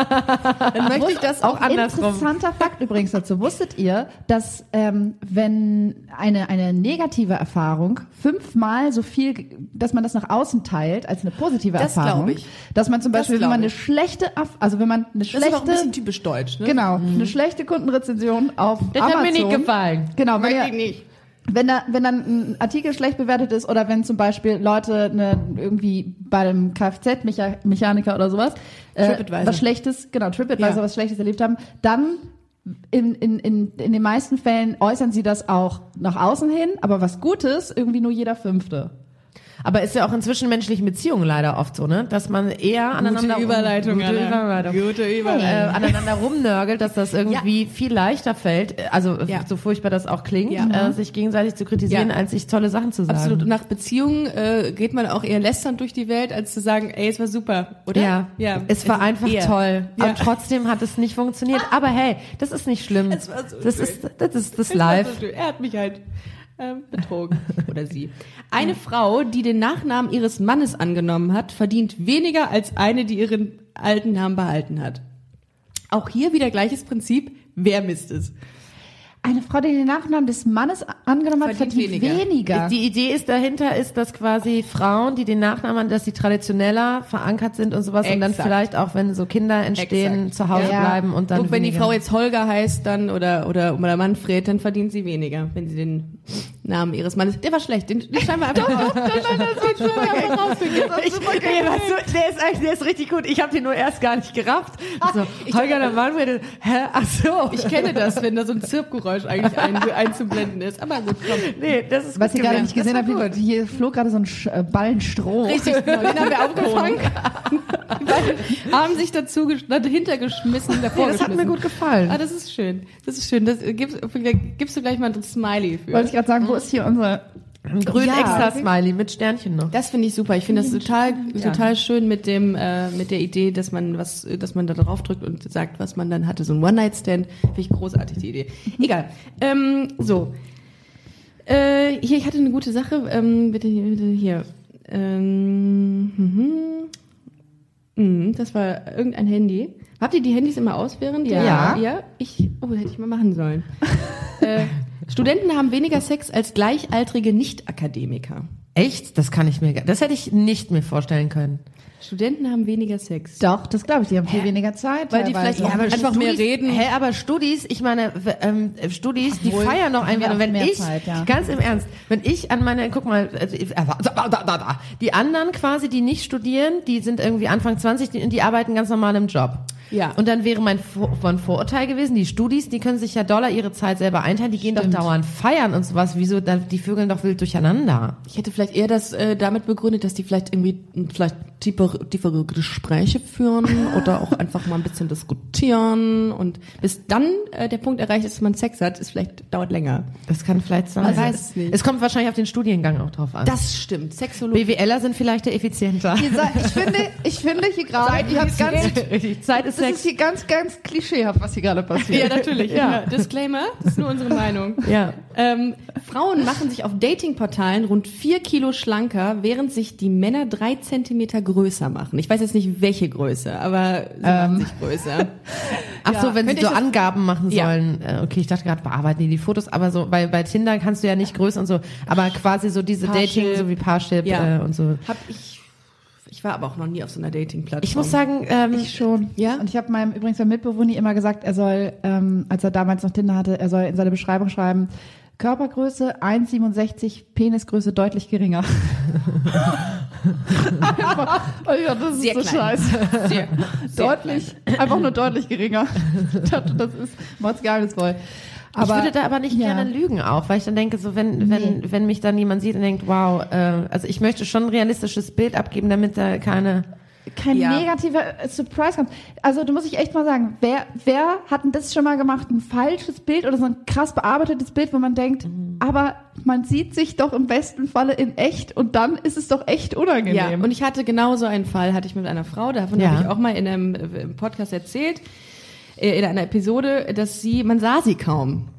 Speaker 1: dann möchte ich das auch andersrum.
Speaker 3: Interessanter Fakt übrigens dazu. Wusstet ihr, dass ähm, wenn eine, eine negative Erfahrung fünfmal so viel, dass man das nach außen teilt als eine positive
Speaker 1: Das glaub
Speaker 3: Erfahrung,
Speaker 1: ich.
Speaker 3: dass man zum
Speaker 1: Das
Speaker 3: Beispiel, wenn
Speaker 1: glaub
Speaker 3: man eine
Speaker 1: ich.
Speaker 3: schlechte, Aff- also wenn man eine
Speaker 1: Das ist auch ein bisschen
Speaker 3: schlechte,
Speaker 1: typisch deutsch, ne?
Speaker 3: genau, eine schlechte Kundenrezension auf Amazon,
Speaker 2: gefallen.
Speaker 3: genau, wenn, ihr,
Speaker 1: nicht.
Speaker 3: wenn da, wenn dann ein Artikel schlecht bewertet ist oder wenn zum Beispiel Leute eine, irgendwie bei einem Kfz-Mechaniker oder sowas äh,
Speaker 1: TripAdvisor.
Speaker 3: was Schlechtes, genau, TripAdvisor
Speaker 1: Ja.
Speaker 3: was Schlechtes erlebt haben, dann in, in, in, in den meisten Fällen äußern sie das auch nach außen hin, aber was Gutes irgendwie nur jeder Fünfte.
Speaker 2: Aber ist ja auch in zwischenmenschlichen Beziehungen leider oft so, ne? Dass man eher aneinander rum-
Speaker 1: Überleitung,
Speaker 2: gute
Speaker 1: Anna.
Speaker 2: Überleitung.
Speaker 1: Gute Überleitung.
Speaker 2: Äh, aneinander rumnörgelt, dass das irgendwie viel leichter fällt. äh, Also
Speaker 1: Ja.
Speaker 2: so furchtbar das auch klingt,
Speaker 1: Ja. Mhm.
Speaker 2: äh, sich gegenseitig zu kritisieren,
Speaker 1: Ja.
Speaker 2: als sich tolle Sachen zu sagen.
Speaker 1: Absolut. Und nach Beziehungen äh, geht man auch eher lästernd durch die Welt, als zu sagen, ey, es war super, oder?
Speaker 2: Ja.
Speaker 1: ja. Also
Speaker 2: es war einfach
Speaker 1: eher.
Speaker 2: toll.
Speaker 1: Ja.
Speaker 2: Und trotzdem hat es nicht funktioniert. Aber hey, das ist nicht schlimm.
Speaker 1: Es war so
Speaker 2: das
Speaker 1: schön.
Speaker 2: ist das ist das
Speaker 1: Es war
Speaker 2: Live.
Speaker 1: so schön. Er hat mich halt ähm, betrogen. Oder sie. Eine Frau, die den Nachnamen ihres Mannes angenommen hat, verdient weniger als eine, die ihren alten Namen behalten hat. Auch hier wieder gleiches Prinzip. Wer misst es?
Speaker 3: Eine Frau, die den Nachnamen des Mannes angenommen hat,
Speaker 1: Verdient
Speaker 3: verdient, weniger.
Speaker 1: weniger.
Speaker 2: Die Idee ist dahinter, ist, dass quasi Frauen, die den Nachnamen, haben, dass sie traditioneller verankert sind und sowas und dann
Speaker 1: Exakt.
Speaker 2: vielleicht auch, wenn so Kinder entstehen,
Speaker 1: Exakt.
Speaker 2: zu Hause
Speaker 3: Ja.
Speaker 2: bleiben und dann.
Speaker 1: Und wenn die
Speaker 2: weniger.
Speaker 1: Frau jetzt Holger heißt dann oder, oder, oder Manfred, dann verdient sie weniger, wenn sie den Namen ihres Mannes. Der war schlecht, den, den schreiben wir einfach raus.
Speaker 2: Ich, der, war so, der ist eigentlich, der ist richtig gut. Ich habe den nur erst gar nicht gerafft. Also, Holger, der Mann würde, hä, ach so.
Speaker 1: Ah, Ich kenne das, wenn da so ein Zirpgeräusch eigentlich ein, einzublenden ist. Aber gut, komm.
Speaker 2: nee, das ist
Speaker 3: Was
Speaker 2: gut
Speaker 3: ihr gerade
Speaker 2: gewählt.
Speaker 3: nicht gesehen
Speaker 2: Das
Speaker 3: habt,
Speaker 2: war
Speaker 3: hier,
Speaker 2: gut.
Speaker 3: hier flog gerade so ein Sch äh, Ballen Stroh.
Speaker 1: Richtig, genau, den haben wir aufgefangen. Die beiden haben sich dazu gesch- dahinter geschmissen, davor
Speaker 2: Nee, das hat
Speaker 1: geschmissen.
Speaker 2: mir gut gefallen.
Speaker 1: Ah, das ist schön. Das ist schön. Das äh, gibst, da gibst du gleich mal ein Smiley
Speaker 3: Wollte
Speaker 1: für.
Speaker 3: ich gerade sagen, wo ist hier unsere...
Speaker 2: Ein Mhm. grün
Speaker 3: Ja.
Speaker 2: extra Smiley mit Sternchen noch.
Speaker 1: Das finde ich super. Ich finde das total, total schön mit dem, äh, mit der Idee, dass man was, dass man da drauf drückt und sagt, was man dann hatte. So ein One-Night-Stand. Finde ich großartig, die Idee. Egal. Ähm, so. Äh, hier, ich hatte eine gute Sache. Ähm, bitte, hier, bitte hier. Ähm, mhm. Mhm, das war irgendein Handy. Habt ihr die Handys immer aus während der-
Speaker 3: Ja.
Speaker 1: ja? Ich, oh, hätte ich mal machen sollen. äh, Studenten haben weniger Sex als gleichaltrige Nicht-Akademiker.
Speaker 2: Echt? Das kann ich mir, gar- das hätte ich nicht mir vorstellen können.
Speaker 1: Studenten haben weniger Sex.
Speaker 3: Doch, das glaube ich, die haben viel weniger Zeit.
Speaker 1: Weil die
Speaker 3: teilweise.
Speaker 1: vielleicht auch Ja, aber einfach mehr reden.
Speaker 2: Hä, aber Studis, ich meine, w- ähm, Studis, die
Speaker 3: Obwohl,
Speaker 2: feiern noch
Speaker 3: haben
Speaker 2: einfach.
Speaker 3: wir
Speaker 2: Und
Speaker 3: auch
Speaker 2: wenn
Speaker 3: mehr
Speaker 2: ich,
Speaker 3: Zeit, ja.
Speaker 2: ganz im Ernst, wenn ich an meine, guck mal, also, äh, da, da, da, da, die anderen quasi, die nicht studieren, die sind irgendwie Anfang 20, die, die arbeiten ganz normal im Job.
Speaker 1: Ja.
Speaker 2: Und dann wäre mein, Vor mein Vorurteil gewesen, die Studis, die können sich ja doller ihre Zeit selber einteilen, die gehen
Speaker 3: Stimmt.
Speaker 2: doch dauernd feiern und sowas, wieso, dann- die vögeln doch wild durcheinander.
Speaker 1: Ich hätte vielleicht eher das äh, damit begründet, dass die vielleicht irgendwie m, vielleicht tiefer, tiefere Gespräche führen oder auch einfach mal ein bisschen diskutieren und bis dann äh, der Punkt erreicht ist, dass man Sex hat, ist vielleicht dauert länger.
Speaker 2: Das kann vielleicht sein.
Speaker 1: Man weiß es nicht.
Speaker 2: Es kommt wahrscheinlich auf den Studiengang auch drauf an.
Speaker 1: Das stimmt. Sexologie.
Speaker 2: BWLer sind vielleicht der effizienter.
Speaker 3: Ihr seid- Ich finde, ich finde hier gerade, ihr habt ganz,
Speaker 2: Die Zeit ist
Speaker 3: das ist
Speaker 2: Sex.
Speaker 3: hier ganz, ganz klischeehaft, was hier gerade passiert.
Speaker 1: natürlich.
Speaker 2: Ja.
Speaker 1: Disclaimer, das ist nur unsere Meinung.
Speaker 2: Ja.
Speaker 1: Ähm, Frauen machen sich auf Datingportalen rund vier Kilo schlanker, während sich die Männer drei Zentimeter größer machen. Ich weiß jetzt nicht, welche Größe, aber sie machen sich größer.
Speaker 2: Ach so, wenn
Speaker 1: Könnt
Speaker 2: sie
Speaker 1: ihr
Speaker 2: so
Speaker 1: das-
Speaker 2: Angaben machen
Speaker 1: Ja.
Speaker 2: sollen. Äh, Okay, ich dachte gerade, bearbeiten die die Fotos, aber so bei, bei Tinder kannst du ja nicht Größe und so, aber quasi so diese
Speaker 1: Parship.
Speaker 2: Dating, so wie Parship
Speaker 1: Ja.
Speaker 2: äh, und so.
Speaker 1: Hab ich. Ich war aber auch noch nie auf so einer Dating-Plattform.
Speaker 2: Ich muss sagen, ähm,
Speaker 3: Ich schon.
Speaker 1: Ja?
Speaker 3: Und ich habe meinem übrigens meinem Mitbewohner immer gesagt, er soll, ähm, als er damals noch Tinder hatte, er soll in seine Beschreibung schreiben, Körpergröße 1,67, Penisgröße deutlich geringer. einfach, oh ja, das ist
Speaker 1: Sehr
Speaker 3: so
Speaker 1: klein.
Speaker 3: scheiße.
Speaker 1: sehr,
Speaker 3: deutlich, einfach nur deutlich geringer. Ich dachte, das ist mordsgeheimnisvoll.
Speaker 2: ich
Speaker 3: Aber
Speaker 2: würde da aber nicht
Speaker 3: ja.
Speaker 2: gerne lügen auch, weil ich dann denke, so wenn, wenn, wenn mich dann jemand sieht und denkt, wow, äh, also ich möchte schon ein realistisches Bild abgeben, damit da keine
Speaker 3: kein
Speaker 1: Ja.
Speaker 3: negativer äh, Surprise kommt. Also da muss ich echt mal sagen, wer, wer hat denn das schon mal gemacht? Ein falsches Bild oder so ein krass bearbeitetes Bild, wo man denkt,
Speaker 1: Mhm.
Speaker 3: aber man sieht sich doch im besten Falle in echt und dann ist es doch echt unangenehm.
Speaker 1: Ja, und ich hatte genau so einen Fall, hatte ich mit einer Frau, davon
Speaker 2: Ja.
Speaker 1: habe ich auch mal in einem äh, im Podcast erzählt, äh, in einer Episode, dass sie, man sah sie kaum.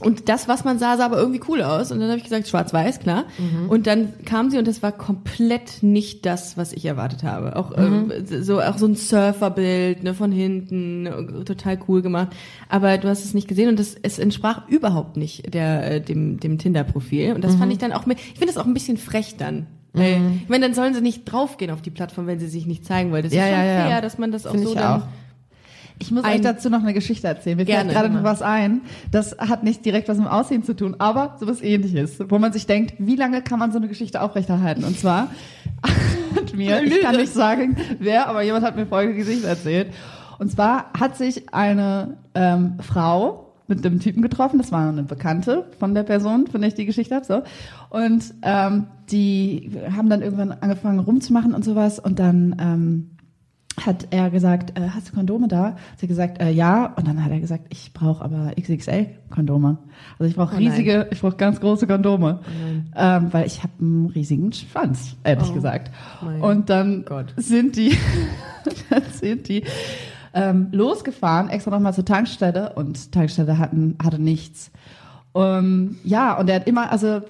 Speaker 1: Und das, was man sah, sah aber irgendwie cool aus. Und dann habe ich gesagt, schwarz-weiß, klar.
Speaker 2: Mhm.
Speaker 1: Und dann kam sie und das war komplett nicht das, was ich erwartet habe. Auch,
Speaker 2: Mhm.
Speaker 1: ähm, so, auch so ein Surferbild ne, von hinten, äh, total cool gemacht. Aber du hast es nicht gesehen und das, es entsprach überhaupt nicht der, äh, dem, dem Tinder-Profil. Und das
Speaker 2: Mhm.
Speaker 1: fand ich dann auch, mi- ich finde das auch ein bisschen frech dann. Weil, Ich meine, dann sollen sie nicht draufgehen auf die Plattform, wenn sie sich nicht zeigen wollen. Das
Speaker 2: Ja,
Speaker 1: ist schon
Speaker 2: ja, ja.
Speaker 1: fair, dass man das auch
Speaker 2: Finde
Speaker 1: so
Speaker 2: ich
Speaker 1: dann...
Speaker 2: auch.
Speaker 3: Ich muss
Speaker 1: Ein-
Speaker 3: euch dazu noch eine Geschichte erzählen. Mir fällt
Speaker 1: Gerne.
Speaker 3: gerade noch was ein. Das hat nicht direkt was mit dem Aussehen zu tun, aber sowas ähnliches, wo man sich denkt, wie lange kann man so eine Geschichte aufrechterhalten? Und zwar hat mir, ich kann nicht sagen, wer, aber jemand hat mir folgende Geschichte erzählt. Und zwar hat sich eine ähm, Frau mit einem Typen getroffen, das war eine Bekannte von der Person, von der ich die Geschichte habe. So. Und ähm, die haben dann irgendwann angefangen rumzumachen und sowas. Und dann ähm, hat er gesagt, äh, hast du Kondome da? Sie hat gesagt, äh, ja. Und dann hat er gesagt, ich brauche aber XXL-Kondome. Also ich brauche
Speaker 1: Oh nein.
Speaker 3: riesige, ich brauche ganz große Kondome, ähm, weil ich habe einen riesigen Schwanz, ehrlich
Speaker 1: Oh
Speaker 3: gesagt.
Speaker 1: mein
Speaker 3: Und dann
Speaker 1: Gott.
Speaker 3: sind die, dann sind die ähm, losgefahren, extra nochmal zur Tankstelle und Tankstelle hatten, hatte nichts. Ähm, ja, und er hat immer, also äh,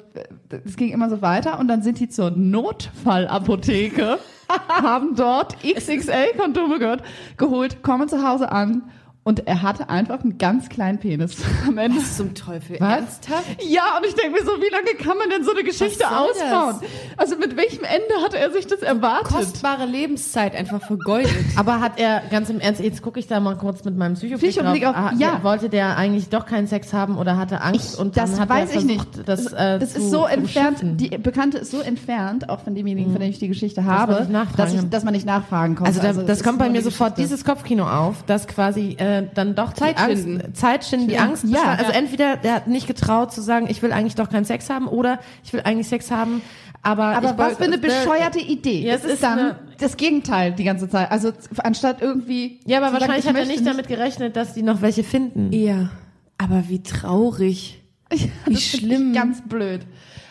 Speaker 3: es ging immer so weiter und dann sind die zur Notfallapotheke, haben dort XXL-Kondome gehört, geholt, kommen zu Hause an und er hatte einfach einen ganz kleinen Penis am Ende.
Speaker 1: Was zum Teufel?
Speaker 2: Was?
Speaker 1: Ernsthaft?
Speaker 3: Ja, und ich denke mir so, wie lange kann man denn so eine Geschichte
Speaker 1: Was soll das?
Speaker 3: ausbauen? Also mit welchem Ende hatte er sich das erwartet?
Speaker 1: Kostbare Lebenszeit einfach vergeudet.
Speaker 2: Aber hat er ganz im Ernst, jetzt gucke ich da mal kurz mit meinem Psychoblick drauf.
Speaker 3: Psychoblick auf-
Speaker 2: Ah,
Speaker 3: ja.
Speaker 2: Wollte der eigentlich doch keinen Sex haben oder hatte Angst und dann
Speaker 3: das
Speaker 2: hat
Speaker 3: weiß
Speaker 2: er
Speaker 3: ich
Speaker 2: versucht,
Speaker 3: nicht.
Speaker 2: Das, äh,
Speaker 3: das
Speaker 2: zu-
Speaker 3: ist so
Speaker 2: zu
Speaker 3: entfernt,
Speaker 2: schiffen?
Speaker 3: die Bekannte ist so entfernt, auch von demjenigen, von dem ich die Geschichte
Speaker 2: Mhm. man
Speaker 3: habe,
Speaker 2: nicht nachfragen
Speaker 3: dass, ich,
Speaker 2: kann.
Speaker 3: dass man nicht nachfragen konnte.
Speaker 2: Also, da,
Speaker 3: es
Speaker 2: das
Speaker 3: ist
Speaker 2: kommt bei
Speaker 3: nur
Speaker 2: mir
Speaker 3: eine
Speaker 2: sofort
Speaker 3: Geschichte.
Speaker 2: dieses Kopfkino auf, dass quasi äh, dann doch
Speaker 1: Zeit
Speaker 2: die
Speaker 1: schinden.
Speaker 2: Angst, Zeit schinden, die
Speaker 3: Ja.
Speaker 2: Angst.
Speaker 3: Ja.
Speaker 2: bestand. Also entweder der hat nicht getraut zu sagen, ich will eigentlich doch keinen Sex haben oder ich will eigentlich Sex haben, aber
Speaker 3: Aber
Speaker 2: ich
Speaker 3: was
Speaker 2: wollt-
Speaker 3: für eine
Speaker 2: ne-
Speaker 3: bescheuerte Idee.
Speaker 2: Ja,
Speaker 3: das
Speaker 2: es
Speaker 3: ist,
Speaker 2: ist
Speaker 3: dann
Speaker 2: eine-
Speaker 3: das Gegenteil die ganze Zeit. Also anstatt irgendwie
Speaker 2: Ja, aber
Speaker 3: zu sagen,
Speaker 2: wahrscheinlich
Speaker 3: ich
Speaker 2: hat er
Speaker 3: möchte
Speaker 2: nicht damit gerechnet, dass die noch welche finden.
Speaker 1: ja. Aber wie traurig.
Speaker 3: Wie
Speaker 1: schlimm.
Speaker 3: Ganz blöd.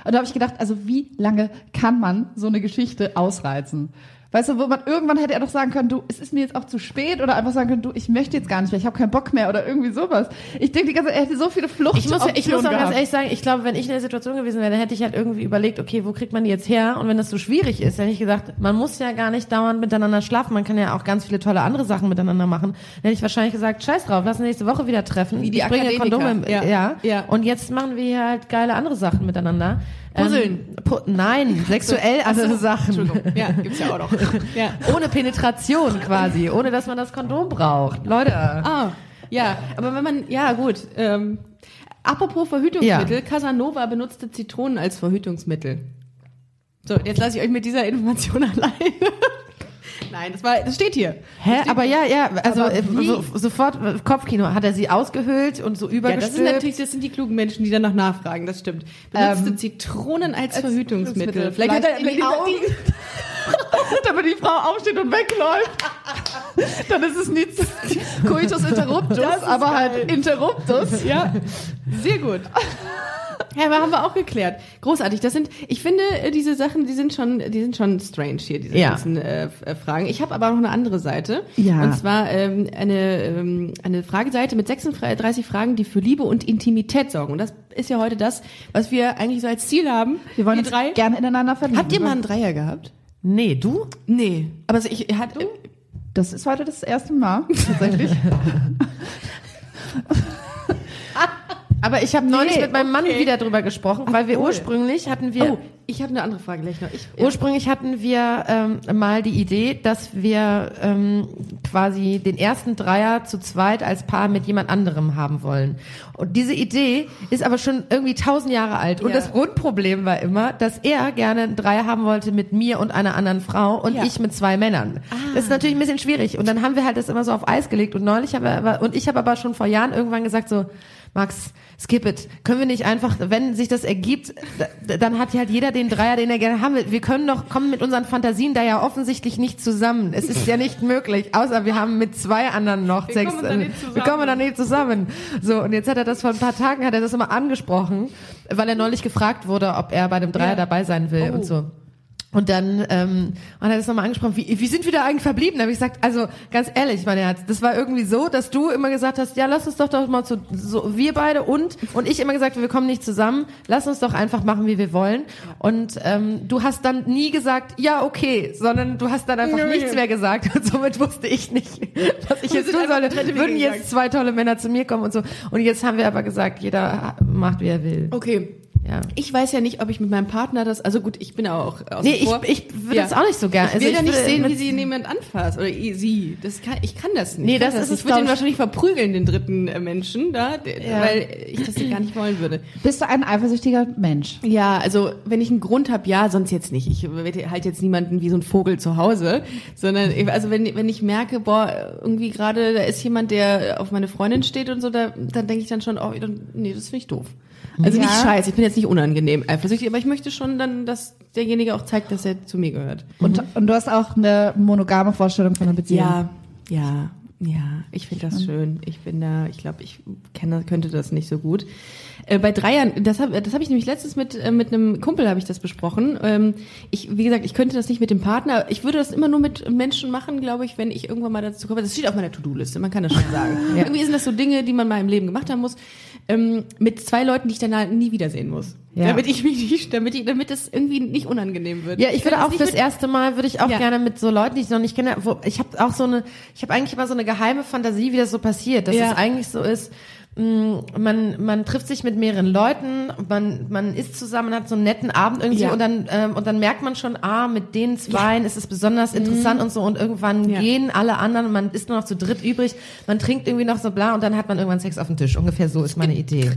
Speaker 3: Und da habe ich gedacht, also wie lange kann man so eine Geschichte ausreizen? Weißt du, wo man irgendwann hätte er doch sagen können, du, es ist mir jetzt auch zu spät oder einfach sagen können, du, ich möchte jetzt gar nicht mehr, ich habe keinen Bock mehr oder irgendwie sowas. Ich denke die ganze Zeit, er hätte so viele Flucht.
Speaker 2: Ich muss, ich muss auch ganz ehrlich sagen, ich glaube, wenn ich in der Situation gewesen wäre, dann hätte ich halt irgendwie überlegt, okay, wo kriegt man die jetzt her? Und wenn das so schwierig ist, dann hätte ich gesagt, man muss ja gar nicht dauernd miteinander schlafen, man kann ja auch ganz viele tolle andere Sachen miteinander machen. Dann hätte ich wahrscheinlich gesagt, scheiß drauf, lass uns nächste Woche wieder treffen.
Speaker 1: Wie die
Speaker 2: ich bringe
Speaker 1: Akademiker.
Speaker 2: Kondome.
Speaker 1: Ja.
Speaker 2: Ja. Ja.
Speaker 1: Ja.
Speaker 2: Und jetzt machen wir hier halt geile andere Sachen miteinander.
Speaker 1: Puzzeln.
Speaker 2: Ähm, pu nein, sexuell andere Sachen.
Speaker 1: Ja, gibt's ja auch noch. Ja.
Speaker 2: Ohne Penetration quasi, ohne dass man das Kondom braucht. Leute.
Speaker 1: Ah, ja, aber wenn man, ja gut. Ähm, apropos Verhütungsmittel,
Speaker 2: Ja.
Speaker 1: Casanova benutzte Zitronen als Verhütungsmittel. So, jetzt lasse ich euch mit dieser Information allein. Nein, das war, das steht hier.
Speaker 2: Hä, aber ja, ja, also
Speaker 1: Aber
Speaker 2: äh,
Speaker 1: wie?
Speaker 2: so, sofort äh, Kopfkino. Hat er sie ausgehöhlt und so
Speaker 1: Ja, das sind
Speaker 2: übergestülpt?
Speaker 1: natürlich, das sind die klugen Menschen, die danach nachfragen, das stimmt. Benutzte Zitronen Ähm, als, Verhütungsmittel.
Speaker 3: Verhütungsmittel.
Speaker 1: Vielleicht, hat er
Speaker 3: Vielleicht in die
Speaker 1: überlegt,
Speaker 3: Augen. damit die Frau aufsteht und wegläuft. Dann ist es nicht Coitus interruptus, aber halt interruptus.
Speaker 1: Ja, sehr gut. Ja, aber haben wir auch geklärt. Großartig. Das sind, ich finde, äh, diese Sachen, die sind schon, die sind schon strange hier, diese
Speaker 2: Ja.
Speaker 1: ganzen äh, F- äh, Fragen. Ich habe aber noch eine andere Seite.
Speaker 3: Ja.
Speaker 1: Und zwar ähm, eine, ähm, eine Frageseite mit 36 Fragen, die für Liebe und Intimität sorgen. Und das ist ja heute das, was wir eigentlich so als Ziel haben.
Speaker 3: Wir wollen
Speaker 1: die
Speaker 3: uns
Speaker 1: drei.
Speaker 3: gerne ineinander verlieben.
Speaker 1: Habt ihr mal einen Dreier gehabt?
Speaker 2: Nee, du?
Speaker 1: Nee. Aber so ich hat,
Speaker 3: Das ist heute das erste Mal tatsächlich.
Speaker 2: Aber ich habe neulich
Speaker 3: Nee,
Speaker 2: mit meinem Mann wieder drüber gesprochen, weil wir ursprünglich hatten wir
Speaker 1: oh, ich habe eine andere Frage gleich noch. Ich,
Speaker 2: ursprünglich hatten wir ähm, mal die Idee, dass wir ähm, quasi den ersten Dreier zu zweit als Paar mit jemand anderem haben wollen. Und diese Idee ist aber schon irgendwie tausend Jahre alt. Und
Speaker 1: Ja.
Speaker 2: das Grundproblem war immer, dass er gerne einen Dreier haben wollte mit mir und einer anderen Frau und
Speaker 1: Ja. Ah.
Speaker 2: ich mit zwei Männern. Das ist natürlich ein bisschen schwierig. Und dann haben wir halt das immer so auf Eis gelegt. Und neulich habe aber, und ich habe aber schon vor Jahren irgendwann gesagt so, Max, skip it. Können wir nicht einfach, wenn sich das ergibt, d- dann hat halt jeder den Dreier, den er gerne haben will. Wir können doch, kommen mit unseren Fantasien da ja offensichtlich nicht zusammen. Es ist ja nicht möglich. Außer wir haben mit zwei anderen noch
Speaker 1: Wir
Speaker 2: Sex. äh,
Speaker 1: kommen da nicht
Speaker 2: wir kommen da nicht zusammen. So, und jetzt hat er das vor ein paar Tagen, hat er das immer angesprochen, weil er neulich gefragt wurde, ob er bei dem Dreier
Speaker 1: Ja.
Speaker 2: dabei sein will
Speaker 1: Oh.
Speaker 2: und so. Und dann ähm, und hat er das nochmal angesprochen, wie, wie sind wir da eigentlich verblieben? Da habe ich gesagt, also ganz ehrlich, mein Herz, das war irgendwie so, dass du immer gesagt hast, ja, lass uns doch doch mal zu, so, wir beide und und ich immer gesagt, wir kommen nicht zusammen, lass uns doch einfach machen, wie wir wollen. Und ähm, du hast dann nie gesagt, ja, okay, sondern du hast dann einfach
Speaker 1: Nö.
Speaker 2: nichts mehr gesagt und somit wusste ich nicht, was ich
Speaker 1: Wir
Speaker 2: jetzt
Speaker 1: sind
Speaker 2: tun
Speaker 1: einfach
Speaker 2: sollte.
Speaker 1: getrennte Wege
Speaker 2: Würden
Speaker 1: gegangen. Oh.
Speaker 2: jetzt zwei tolle Männer zu mir kommen und so. Und jetzt haben wir aber gesagt, jeder macht, wie er will.
Speaker 1: Okay,
Speaker 2: Ja.
Speaker 1: Ich weiß ja nicht, ob ich mit meinem Partner das, also gut, ich bin auch aus
Speaker 2: Nee, ich,
Speaker 1: vor.
Speaker 2: ich würde
Speaker 1: Ja.
Speaker 2: das auch nicht so gerne.
Speaker 1: Ich will ja nicht
Speaker 2: würde
Speaker 1: sehen,
Speaker 2: mit-
Speaker 1: wie sie jemand anfasst oder i- sie. Das kann, ich kann das nicht.
Speaker 2: Nee,
Speaker 1: Ich kann
Speaker 2: das ist
Speaker 1: nicht.
Speaker 2: es,
Speaker 1: Ich würde
Speaker 2: glaub
Speaker 1: ihn
Speaker 2: ich-
Speaker 1: wahrscheinlich verprügeln, den dritten äh, Menschen da, der,
Speaker 2: Ja.
Speaker 1: weil ich das gar nicht wollen würde.
Speaker 3: Bist du ein eifersüchtiger Mensch?
Speaker 1: Ja, also wenn ich einen Grund habe, ja, sonst jetzt nicht. Ich halt jetzt niemanden wie so ein Vogel zu Hause, sondern ich- also wenn, wenn ich merke, boah, irgendwie gerade da ist jemand, der auf meine Freundin steht und so, da, dann denke ich dann schon, oh, dann, nee, das finde ich doof. Also nicht
Speaker 3: Ja.
Speaker 1: scheiße, ich bin jetzt nicht unangenehm eifersüchtig, aber ich möchte schon dann, dass derjenige auch zeigt, dass er zu mir gehört.
Speaker 3: Und, und du hast auch eine monogame Vorstellung von einer Beziehung.
Speaker 1: Ja, ja, ja. Ich finde das schön. Ich bin da, ich glaube, ich kenne, könnte das nicht so gut. Äh, bei Dreiern, das habe das hab ich nämlich letztens mit, äh, mit einem Kumpel habe ich das besprochen. Ähm, ich, wie gesagt, ich könnte das nicht mit dem Partner. Ich würde das immer nur mit Menschen machen, glaube ich, wenn ich irgendwann mal dazu komme. Das steht auf meiner To-Do-Liste, man kann das schon sagen. Irgendwie sind das so Dinge, die man mal im Leben gemacht haben muss. Ähm, mit zwei Leuten, die ich dann halt nie wiedersehen muss.
Speaker 2: Ja.
Speaker 1: Damit ich mich nicht, damit ich, damit es irgendwie nicht unangenehm wird.
Speaker 2: Ja, ich würde
Speaker 1: kann das
Speaker 2: auch
Speaker 1: nicht
Speaker 2: fürs
Speaker 1: mit-
Speaker 2: erste Mal würde ich auch
Speaker 1: Ja.
Speaker 2: gerne mit so Leuten, die ich noch nicht kenne, wo, ich habe auch so eine, ich habe eigentlich immer so eine geheime Fantasie, wie das so passiert, dass
Speaker 1: Ja.
Speaker 2: es eigentlich so ist, mh, man man trifft sich mit mehreren Leuten, man man isst zusammen, hat so einen netten Abend irgendwie
Speaker 1: Ja.
Speaker 2: und dann ähm, und dann merkt man schon, ah, mit den zweien ist es besonders interessant und so und irgendwann
Speaker 1: Mhm. Ja.
Speaker 2: gehen alle anderen und man ist nur noch zu dritt übrig, man trinkt irgendwie noch so bla und dann hat man irgendwann Sex auf dem Tisch. Ungefähr so ist meine Idee.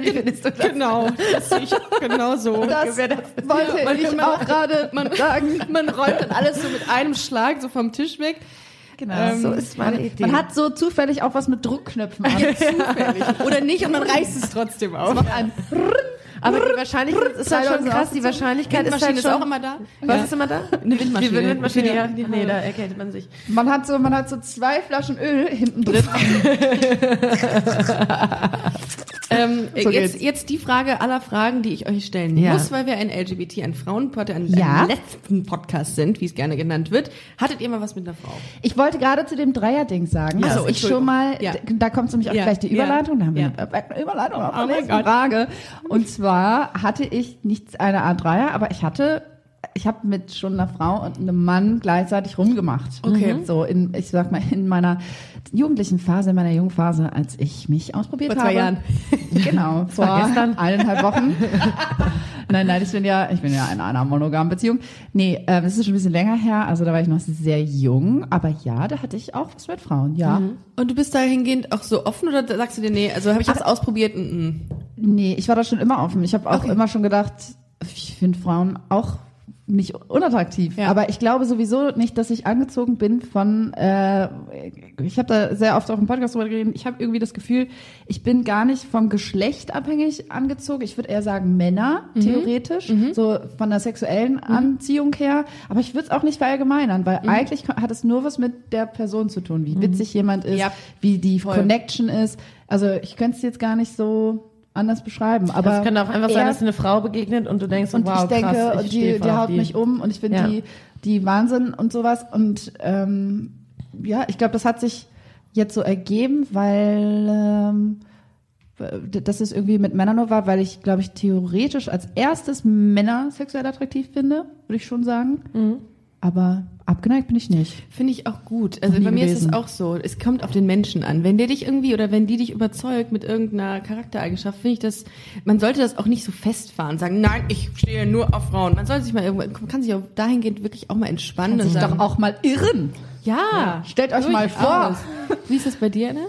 Speaker 2: wie findest du das?
Speaker 1: Genau, das sehe ich genau so.
Speaker 3: Das wollte
Speaker 1: Ja, man-
Speaker 3: ich
Speaker 1: man-
Speaker 3: auch gerade
Speaker 1: man-
Speaker 3: sagen.
Speaker 1: Man räumt dann alles so mit einem Schlag so vom Tisch weg.
Speaker 3: Genau.
Speaker 2: so ist meine Idee.
Speaker 3: Man hat so zufällig auch was mit Druckknöpfen an.
Speaker 1: Zufällig. Oder nicht und man reißt es trotzdem auf.
Speaker 3: Macht ein
Speaker 2: Aber die Wahrscheinlichkeit ist halt schon krass. Die Wahrscheinlichkeit ist halt
Speaker 1: Windmaschine ist
Speaker 2: schon
Speaker 1: auch immer da.
Speaker 2: Was
Speaker 1: Ja.
Speaker 2: ist immer da?
Speaker 1: Eine Windmaschine.
Speaker 2: Die Windmaschine,
Speaker 1: Ja.
Speaker 2: ja. Nee, da erkennt man sich.
Speaker 3: Man hat so, man hat so zwei Flaschen Öl hinten drin.
Speaker 1: Ähm,
Speaker 3: So geht's.
Speaker 1: jetzt, jetzt die Frage aller Fragen, die ich euch stellen
Speaker 2: Ja.
Speaker 1: muss, weil wir ein LGBT, ein Frauenpod, ein,
Speaker 3: Ja.
Speaker 1: ein letzten Podcast sind, wie es gerne genannt wird. Hattet ihr mal was mit einer Frau?
Speaker 3: Ich wollte gerade zu dem Dreier-Ding sagen,
Speaker 1: Ja.
Speaker 3: dass
Speaker 1: Ach so,
Speaker 3: ich schon
Speaker 1: Entschuldigung.
Speaker 3: mal,
Speaker 1: Ja.
Speaker 3: da kommt nämlich auch
Speaker 1: Ja.
Speaker 3: gleich die
Speaker 1: Ja.
Speaker 3: Überleitung, da haben wir
Speaker 1: Ja.
Speaker 3: eine, eine Überleitung auf
Speaker 1: Oh
Speaker 3: der
Speaker 1: mein
Speaker 3: nächsten
Speaker 1: Gott.
Speaker 3: Frage. Und zwar hatte ich nicht eine Art Dreier, aber ich hatte, ich habe mit schon einer Frau und einem Mann gleichzeitig rumgemacht.
Speaker 1: Okay.
Speaker 3: So in, ich sag mal, in meiner jugendlichen Phase, in meiner jungen Phase, als ich mich ausprobiert
Speaker 1: Vor
Speaker 3: habe.
Speaker 1: zwei Jahren.
Speaker 3: Genau, vor
Speaker 2: gestern.
Speaker 3: eineinhalb Wochen. nein, nein, ich bin ja, ich bin ja in einer monogamen Beziehung. Nee, ähm, es ist schon ein bisschen länger her, also da war ich noch sehr jung, aber ja, da hatte ich auch was mit Frauen, ja.
Speaker 1: Und du bist dahingehend auch so offen oder sagst du dir, nee, also habe ich das ausprobiert? Mm -mm.
Speaker 3: Nee, ich war da schon immer offen. Ich habe auch immer schon gedacht, ich finde Frauen auch nicht unattraktiv.
Speaker 1: Ja.
Speaker 3: Aber ich glaube sowieso nicht, dass ich angezogen bin von, äh, ich habe da sehr oft auch im Podcast drüber geredet, ich habe irgendwie das Gefühl, ich bin gar nicht vom Geschlecht abhängig angezogen. Ich würde eher sagen Männer, theoretisch, so von der sexuellen Anziehung her. Aber ich würde es auch nicht verallgemeinern, weil eigentlich hat es nur was mit der Person zu tun, wie witzig jemand ist,
Speaker 1: Ja.
Speaker 3: wie die
Speaker 1: Voll.
Speaker 3: Connection ist. Also ich könnte es jetzt gar nicht so anders beschreiben. Aber
Speaker 2: Also Es könnte auch einfach
Speaker 3: eher-
Speaker 2: sein, dass dir eine Frau begegnet und du denkst,
Speaker 3: und
Speaker 2: wow,
Speaker 3: ich denke,
Speaker 2: krass, ich
Speaker 3: und die,
Speaker 2: stehe
Speaker 3: die haut mich um und ich finde
Speaker 2: Ja.
Speaker 3: die, die Wahnsinn und sowas. Und ähm, ja, ich glaube, das hat sich jetzt so ergeben, weil ähm, d- dass es irgendwie mit Männern nur war, weil ich, glaube ich, theoretisch als erstes Männer sexuell attraktiv finde, würde ich schon sagen. Aber abgeneigt bin ich nicht.
Speaker 1: Finde ich auch gut. Also
Speaker 3: nie
Speaker 1: bei mir ist
Speaker 3: gewesen.
Speaker 1: es auch so. Es kommt auf den Menschen an. Wenn der dich irgendwie oder wenn die dich überzeugt mit irgendeiner Charaktereigenschaft, finde ich das, man sollte das auch nicht so festfahren. Sagen, nein, ich stehe nur auf Frauen. Man sollte sich mal, irgendwann- man kann sich auch dahingehend wirklich auch mal entspannen.
Speaker 3: Kann
Speaker 1: und
Speaker 3: sich
Speaker 1: sagen,
Speaker 3: doch auch mal irren.
Speaker 1: ja,
Speaker 3: Stellt euch mal vor.
Speaker 1: durchaus. Wie ist das bei dir, ne?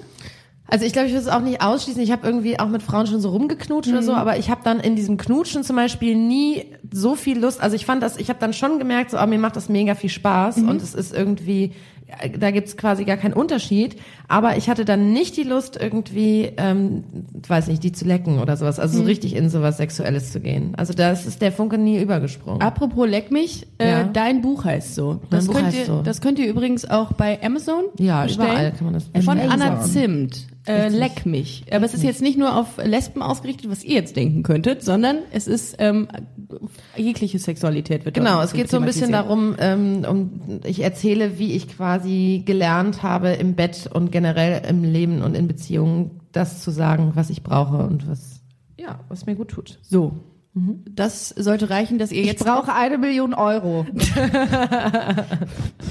Speaker 2: Also ich glaube, ich würde es auch nicht ausschließen. Ich habe irgendwie auch mit Frauen schon so rumgeknutscht oder
Speaker 1: Mhm.
Speaker 2: so, aber ich habe dann in diesem Knutschen zum Beispiel nie so viel Lust. Also ich fand das, ich habe dann schon gemerkt, so, oh, mir macht das mega viel Spaß
Speaker 1: Mhm.
Speaker 2: und es ist irgendwie, äh, da gibt's quasi gar keinen Unterschied. Aber ich hatte dann nicht die Lust irgendwie, ähm, weiß nicht, die zu lecken oder sowas. Also
Speaker 1: Mhm.
Speaker 2: so richtig in sowas Sexuelles zu gehen. Also da ist der Funke nie übergesprungen.
Speaker 1: Apropos leck mich,
Speaker 2: Ja.
Speaker 1: äh, dein Buch heißt so. Das
Speaker 2: Buch
Speaker 1: könnt
Speaker 2: heißt
Speaker 1: ihr,
Speaker 2: so.
Speaker 1: Das könnt ihr übrigens auch bei Amazon
Speaker 2: Ja,
Speaker 1: bestellen.
Speaker 2: überall kann man das
Speaker 1: Von
Speaker 2: bestellen.
Speaker 1: Anna Zimt. Äh, leck mich. Aber es ist jetzt nicht nur auf Lesben ausgerichtet, was ihr jetzt denken könntet, sondern es ist ähm, jegliche Sexualität wird dort
Speaker 2: Genau, es geht so ein bisschen
Speaker 1: thematisiert.
Speaker 2: darum, ähm, um, ich erzähle, wie ich quasi gelernt habe im Bett und generell im Leben und in Beziehungen, das zu sagen, was ich brauche und was, ja, was mir gut tut.
Speaker 1: So.
Speaker 2: Mhm.
Speaker 1: Das sollte reichen, dass ihr
Speaker 3: Ich
Speaker 1: jetzt,
Speaker 3: brauche eine Million Euro.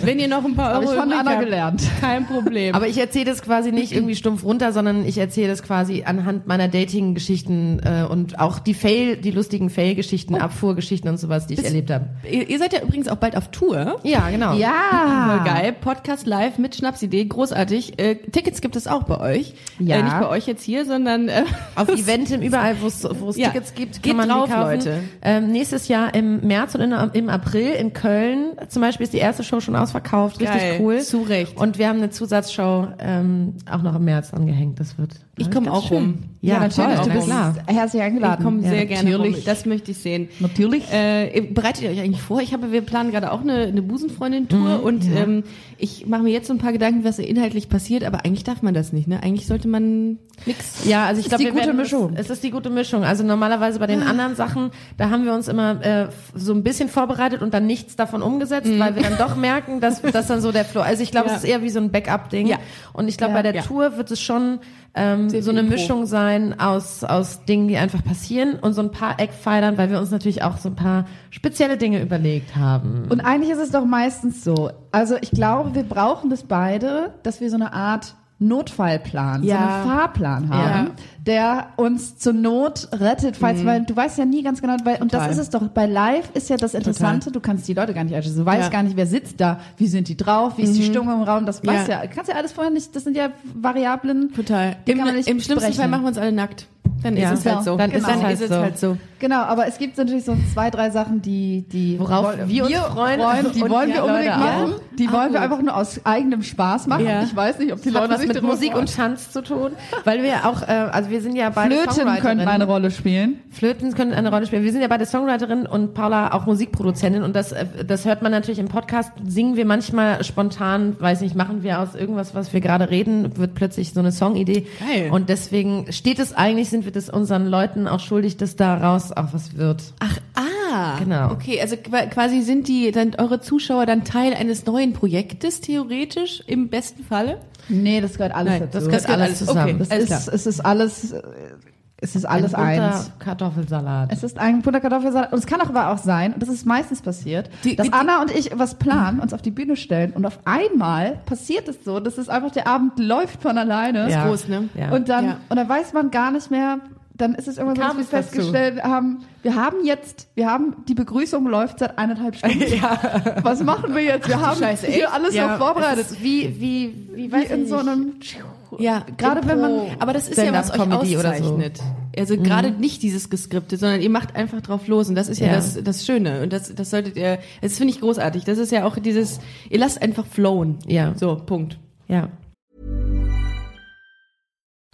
Speaker 1: wenn ihr noch ein paar
Speaker 3: Habe
Speaker 1: Euro
Speaker 3: ich von
Speaker 1: übrig
Speaker 3: Anna
Speaker 1: habt,
Speaker 3: gelernt.
Speaker 1: kein Problem.
Speaker 2: Aber ich erzähle das quasi nicht irgendwie stumpf runter, sondern ich erzähle das quasi anhand meiner Dating-Geschichten äh, und auch die Fail, die lustigen Fail-Geschichten, Abfuhrgeschichten und sowas, die ich erlebt habe.
Speaker 1: ihr, ihr seid ja übrigens auch bald auf Tour.
Speaker 2: Ja, genau.
Speaker 1: Voll
Speaker 3: Ja.
Speaker 1: geil. Podcast live mit Schnapsidee, großartig. Äh, Tickets gibt es auch bei euch.
Speaker 3: Ja.
Speaker 1: Äh, nicht bei euch jetzt hier, sondern äh,
Speaker 2: Auf Eventen überall, wo es wo es
Speaker 1: Ja.
Speaker 2: Tickets gibt, kann
Speaker 1: Geht
Speaker 2: man
Speaker 1: drauf,
Speaker 2: die kaufen.
Speaker 1: Leute.
Speaker 2: Ähm, nächstes Jahr im März und in, im April in Köln zum Beispiel ist die erste Show schon ausverkauft.
Speaker 1: Geil.
Speaker 2: Richtig cool.
Speaker 1: Zu Recht.
Speaker 2: Und wir haben eine Zusatzshow ähm, auch noch im März angehängt. Das wird.
Speaker 1: ich komme auch rum.
Speaker 2: Ja,
Speaker 3: natürlich.
Speaker 2: toll,
Speaker 3: du
Speaker 2: na
Speaker 3: bist
Speaker 2: klar.
Speaker 3: herzlich eingeladen.
Speaker 1: Ich komme
Speaker 3: Ja,
Speaker 1: sehr gerne rum.
Speaker 3: natürlich.
Speaker 1: Das möchte ich sehen.
Speaker 3: Natürlich.
Speaker 1: Äh, ihr- bereitet ihr euch eigentlich vor? Ich habe, wir planen gerade auch eine, eine Busenfreundin-Tour und ähm, ich mache mir jetzt so ein paar Gedanken, was da inhaltlich passiert, aber eigentlich darf man das nicht, ne? Eigentlich sollte man nix.
Speaker 2: Ja, also ich
Speaker 3: Ist
Speaker 2: glaube,
Speaker 3: die
Speaker 2: wir
Speaker 3: gute
Speaker 2: werden-
Speaker 3: Mischung. Ah.
Speaker 2: Es, es ist die gute Mischung. Also normalerweise bei den anderen Sachen, da haben wir uns immer äh, f- so ein bisschen vorbereitet und dann nichts davon umgesetzt,
Speaker 3: Mhm.
Speaker 2: weil wir dann doch merken, dass dass dann so der Flow. Also ich glaube,
Speaker 1: Ja.
Speaker 2: es ist eher wie so ein Backup-Ding.
Speaker 1: Ja.
Speaker 2: Und ich glaube,
Speaker 3: Ja.
Speaker 2: bei der
Speaker 1: Ja.
Speaker 2: Tour wird es schon ähm,
Speaker 1: Sehr
Speaker 2: so
Speaker 1: viel
Speaker 2: eine
Speaker 1: Impro.
Speaker 2: Mischung sein aus aus Dingen, die einfach passieren und so ein paar Eckpfeilern, weil wir uns natürlich auch so ein paar spezielle Dinge überlegt haben.
Speaker 3: Und eigentlich ist es doch meistens so. Also ich glaube, wir brauchen das beide, dass wir so eine Art Notfallplan,
Speaker 1: Ja.
Speaker 3: so einen Fahrplan haben,
Speaker 1: Ja.
Speaker 3: der uns zur Not rettet, falls, weil du weißt ja nie ganz genau, weil, und
Speaker 1: Mhm. Total.
Speaker 3: das ist es doch, bei Live ist ja das Interessante, du kannst die Leute gar nicht einschätzen, du weißt
Speaker 1: Ja. Mhm.
Speaker 3: gar nicht, wer sitzt da, wie sind die drauf, wie ist die Stimmung im Raum, das weißt
Speaker 1: Ja.
Speaker 3: ja, kannst ja alles vorher nicht, das sind ja Variablen.
Speaker 1: Total.
Speaker 3: Die
Speaker 1: Im,
Speaker 3: kann man nicht
Speaker 1: Im schlimmsten
Speaker 3: sprechen.
Speaker 1: Fall machen wir uns alle nackt. Dann
Speaker 2: Ja.
Speaker 1: ist es halt
Speaker 3: Genau.
Speaker 1: so.
Speaker 2: Dann ist
Speaker 1: dann
Speaker 2: es halt
Speaker 1: ist es
Speaker 2: so.
Speaker 1: halt so.
Speaker 3: Genau, aber es gibt natürlich so zwei, drei Sachen, die, die
Speaker 2: Worauf
Speaker 3: woll-
Speaker 2: wir uns freuen
Speaker 3: die
Speaker 2: und
Speaker 3: wollen
Speaker 2: ja,
Speaker 3: wir unbedingt
Speaker 2: Leute auch.
Speaker 3: machen. Die
Speaker 2: Ah,
Speaker 3: wollen wir
Speaker 2: gut.
Speaker 3: einfach nur aus eigenem Spaß machen.
Speaker 1: Ja.
Speaker 3: Ich weiß nicht, ob die
Speaker 2: Das hat
Speaker 3: Leute
Speaker 2: was
Speaker 3: sich
Speaker 2: mit
Speaker 3: darüber
Speaker 2: Musik
Speaker 3: freuen.
Speaker 2: und Tanz zu tun, weil wir auch, äh, also wir sind ja beide
Speaker 3: Flöten könnten
Speaker 2: Songwriterinnen.
Speaker 3: eine Rolle spielen.
Speaker 2: Flöten können eine Rolle spielen. Wir sind ja beide Songwriterin und Paula auch Musikproduzentin und das, äh, das hört man natürlich im Podcast. Singen wir manchmal spontan, weiß nicht, machen wir aus irgendwas, was wir gerade reden, wird plötzlich so eine Songidee.
Speaker 1: Geil.
Speaker 2: Und deswegen steht es eigentlich, sind wir das unseren Leuten auch schuldig, dass daraus auch was wird.
Speaker 1: Ach, ah.
Speaker 2: Genau.
Speaker 1: Okay, also qua- quasi sind die dann eure Zuschauer dann Teil eines neuen Projektes theoretisch im besten Falle?
Speaker 3: Nee, das gehört alles
Speaker 1: Nein, das
Speaker 3: dazu.
Speaker 1: gehört alles
Speaker 2: zusammen.
Speaker 1: Okay,
Speaker 3: Das
Speaker 1: alles
Speaker 3: ist,
Speaker 1: klar.
Speaker 3: es ist alles, äh, es ist alles
Speaker 2: Ein bunter
Speaker 3: eins.
Speaker 2: Kartoffelsalat.
Speaker 3: Es ist ein bunter Kartoffelsalat. Und es kann auch aber auch sein, und das ist meistens passiert,
Speaker 1: Die-
Speaker 3: dass
Speaker 1: die-
Speaker 3: Anna und ich was planen, uns auf die Bühne stellen und auf einmal passiert es so, dass es einfach der Abend läuft von alleine.
Speaker 2: Ja.
Speaker 1: groß, ne?
Speaker 2: Ja.
Speaker 3: Und dann,
Speaker 1: Ja.
Speaker 3: und dann weiß man gar nicht mehr, dann ist es irgendwann so,
Speaker 2: Kam
Speaker 3: dass wir
Speaker 2: es dazu?
Speaker 3: festgestellt haben, wir haben jetzt, wir haben, die Begrüßung läuft seit eineinhalb Stunden. Was machen wir jetzt? Wir haben
Speaker 1: Scheiße,
Speaker 3: hier
Speaker 1: echt?
Speaker 3: alles noch vorbereitet.
Speaker 2: Es ist Wie, wie, wie,
Speaker 3: Wie
Speaker 2: weiß
Speaker 3: in
Speaker 2: ich
Speaker 3: so
Speaker 2: nicht.
Speaker 3: einem,
Speaker 1: Ja,
Speaker 3: Gerade wenn man-
Speaker 1: Aber das ist ja, was euch
Speaker 2: Stand-up-Comedy oder so. Mhm.
Speaker 1: auszeichnet. Also gerade nicht dieses geskripte, sondern ihr macht einfach drauf los und das ist ja,
Speaker 2: Ja.
Speaker 1: Das, das Schöne und das, das solltet ihr, das finde ich großartig. Das ist ja auch dieses, ihr lasst einfach flowen.
Speaker 2: Ja.
Speaker 1: So, Punkt.
Speaker 2: Ja.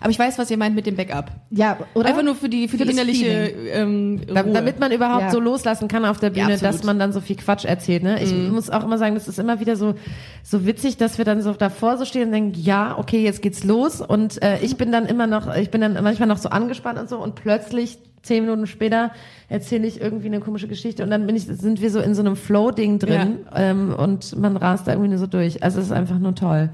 Speaker 1: Aber ich weiß, was ihr meint mit dem Backup.
Speaker 3: Ja, oder?
Speaker 1: Einfach nur für die, für die
Speaker 3: das
Speaker 1: innerliche
Speaker 3: Feeling.
Speaker 1: ähm, Ruhe.
Speaker 2: Da- Damit man überhaupt
Speaker 3: Ja.
Speaker 2: so loslassen kann auf der Bühne,
Speaker 1: absolut. Mhm.
Speaker 2: dass man dann so viel Quatsch erzählt. Ne? Ich muss auch immer sagen, das ist immer wieder so, so witzig, dass wir dann so davor so stehen und denken, ja, okay, jetzt geht's los. Und
Speaker 1: Mhm.
Speaker 2: äh, ich bin dann immer noch, ich bin dann manchmal noch so angespannt und so und plötzlich zehn Minuten später erzähle ich irgendwie eine komische Geschichte und dann bin ich, sind wir so in so einem Flow-Ding drin ähm, und man rast da irgendwie nur so durch. Also es ist einfach nur toll.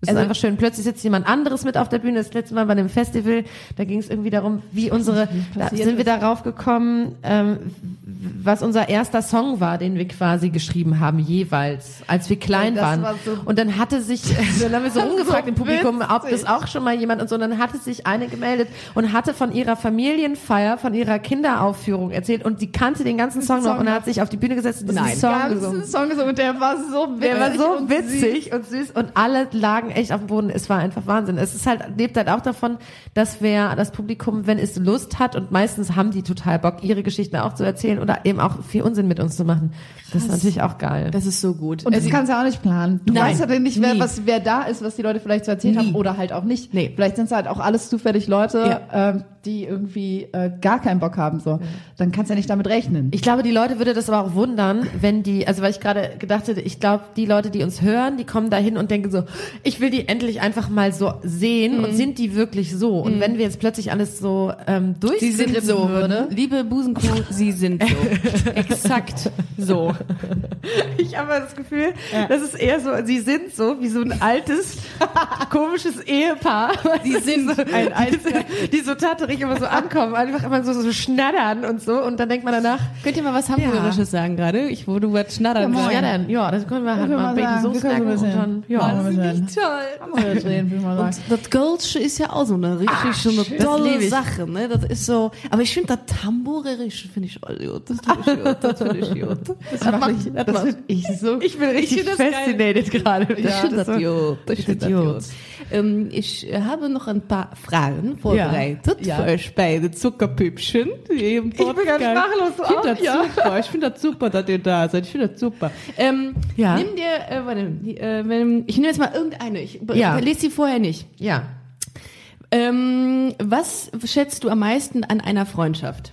Speaker 2: Es ist einfach schön. Plötzlich sitzt jemand anderes mit auf der Bühne. Das letzte Mal bei dem Festival, da ging es irgendwie darum, wie unsere, da sind wir darauf gekommen, ähm, was unser erster Song war, den wir quasi geschrieben haben, jeweils, als wir klein
Speaker 3: das
Speaker 2: waren.
Speaker 3: war so-
Speaker 2: und dann hatte sich, dann haben wir so umgefragt im Publikum, ob das auch schon mal jemand und so. Und dann hatte sich eine gemeldet und hatte von ihrer Familienfeier, von ihrer Kinderaufführung erzählt und die kannte den ganzen Song, noch
Speaker 3: Song
Speaker 2: und
Speaker 3: noch.
Speaker 2: hat sich auf die Bühne gesetzt und diesen
Speaker 3: Nein.
Speaker 2: Song
Speaker 3: ganzen
Speaker 2: gesungen.
Speaker 3: Song gesungen. Und der war so witzig.
Speaker 2: Der war so
Speaker 3: und
Speaker 2: witzig Äh, und süß und alle lagen echt auf dem Boden. Es war einfach Wahnsinn. Es ist halt, lebt halt auch davon, dass wer das Publikum, wenn es Lust hat und meistens haben die total Bock, ihre Geschichten auch zu erzählen oder eben auch viel Unsinn mit uns zu machen. Das ist natürlich auch geil.
Speaker 1: das ist so gut.
Speaker 2: Äh,
Speaker 3: Und das kannst du ja auch nicht planen. Du
Speaker 1: Nein.
Speaker 3: weißt ja nicht, wer,
Speaker 1: Nie.
Speaker 3: was, wer da ist, was die Leute vielleicht so erzählt haben oder halt auch nicht.
Speaker 1: Nee.
Speaker 3: Vielleicht sind es halt auch alles zufällig Leute, ähm, die irgendwie äh, gar keinen Bock haben. So. Dann kannst du ja nicht damit rechnen.
Speaker 2: Ich glaube, die Leute würde das aber auch wundern, wenn die, also weil ich gerade gedacht hätte, ich glaube, die Leute, die uns hören, die kommen da hin und denken so, ich will die endlich einfach mal so sehen und sind die wirklich so? Und wenn wir jetzt plötzlich alles so ähm,
Speaker 1: Sie sind
Speaker 2: durchgegriffen
Speaker 1: so.
Speaker 2: würde,
Speaker 1: Liebe Busencrew, Sie sind so. Exakt so.
Speaker 2: Ich habe das Gefühl, das ist eher so, sie sind so wie so ein altes, komisches Ehepaar.
Speaker 1: Sie sind ein
Speaker 2: Die, so- die so tatterig immer so ankommen, einfach immer so, so schnattern und so. Und dann denkt man danach,
Speaker 1: Könnt ihr mal was Hamburgerisches sagen gerade? Ich wurde was schnattern
Speaker 3: Ja, moin.
Speaker 1: sagen.
Speaker 2: schnattern, ja, das können wir halt
Speaker 3: Können wir
Speaker 2: mal,
Speaker 3: mal
Speaker 2: Baby
Speaker 3: sagen,
Speaker 2: so
Speaker 3: wir
Speaker 2: snacken
Speaker 3: können so ein
Speaker 2: und dann,
Speaker 3: bisschen.
Speaker 2: ja.
Speaker 3: Machen wir dann.
Speaker 1: Toll.
Speaker 3: Mal drehen, will ich mal sagen.
Speaker 4: Das Girlsche ist ja auch so eine richtig so eine
Speaker 2: lieb
Speaker 4: tolle
Speaker 2: ich.
Speaker 4: Sache, ne? Das ist so, aber ich finde das Tambourerische finde ich auch gut. Das finde ich gut, das finde ich gut.
Speaker 3: das mache ich, das
Speaker 2: macht-
Speaker 3: find ich so.
Speaker 2: Ich bin richtig fascinated gerade.
Speaker 4: Ich
Speaker 2: Ja,
Speaker 4: finde
Speaker 2: das
Speaker 4: das
Speaker 2: war-
Speaker 4: gut. Ich
Speaker 2: find
Speaker 4: finde
Speaker 2: das
Speaker 4: das
Speaker 2: gut.
Speaker 4: gut. Ähm, ich habe noch ein paar Fragen vorbereitet
Speaker 3: Ja.
Speaker 4: für euch beide Zuckerpüppchen. Ich bin
Speaker 2: ganz sprachlos, du
Speaker 4: Ich finde
Speaker 2: auch,
Speaker 4: das
Speaker 2: ja.
Speaker 4: super. Ich finde das super, dass ihr da seid. Ich finde das super.
Speaker 1: Ähm,
Speaker 2: Ja.
Speaker 1: Nimm dir, äh, warte, die, äh, wenn, ich nehme jetzt mal irgendeine. Ich
Speaker 2: Ja.
Speaker 1: ja. lese sie vorher nicht.
Speaker 2: ja.
Speaker 1: Ähm, was schätzt du am meisten an einer Freundschaft?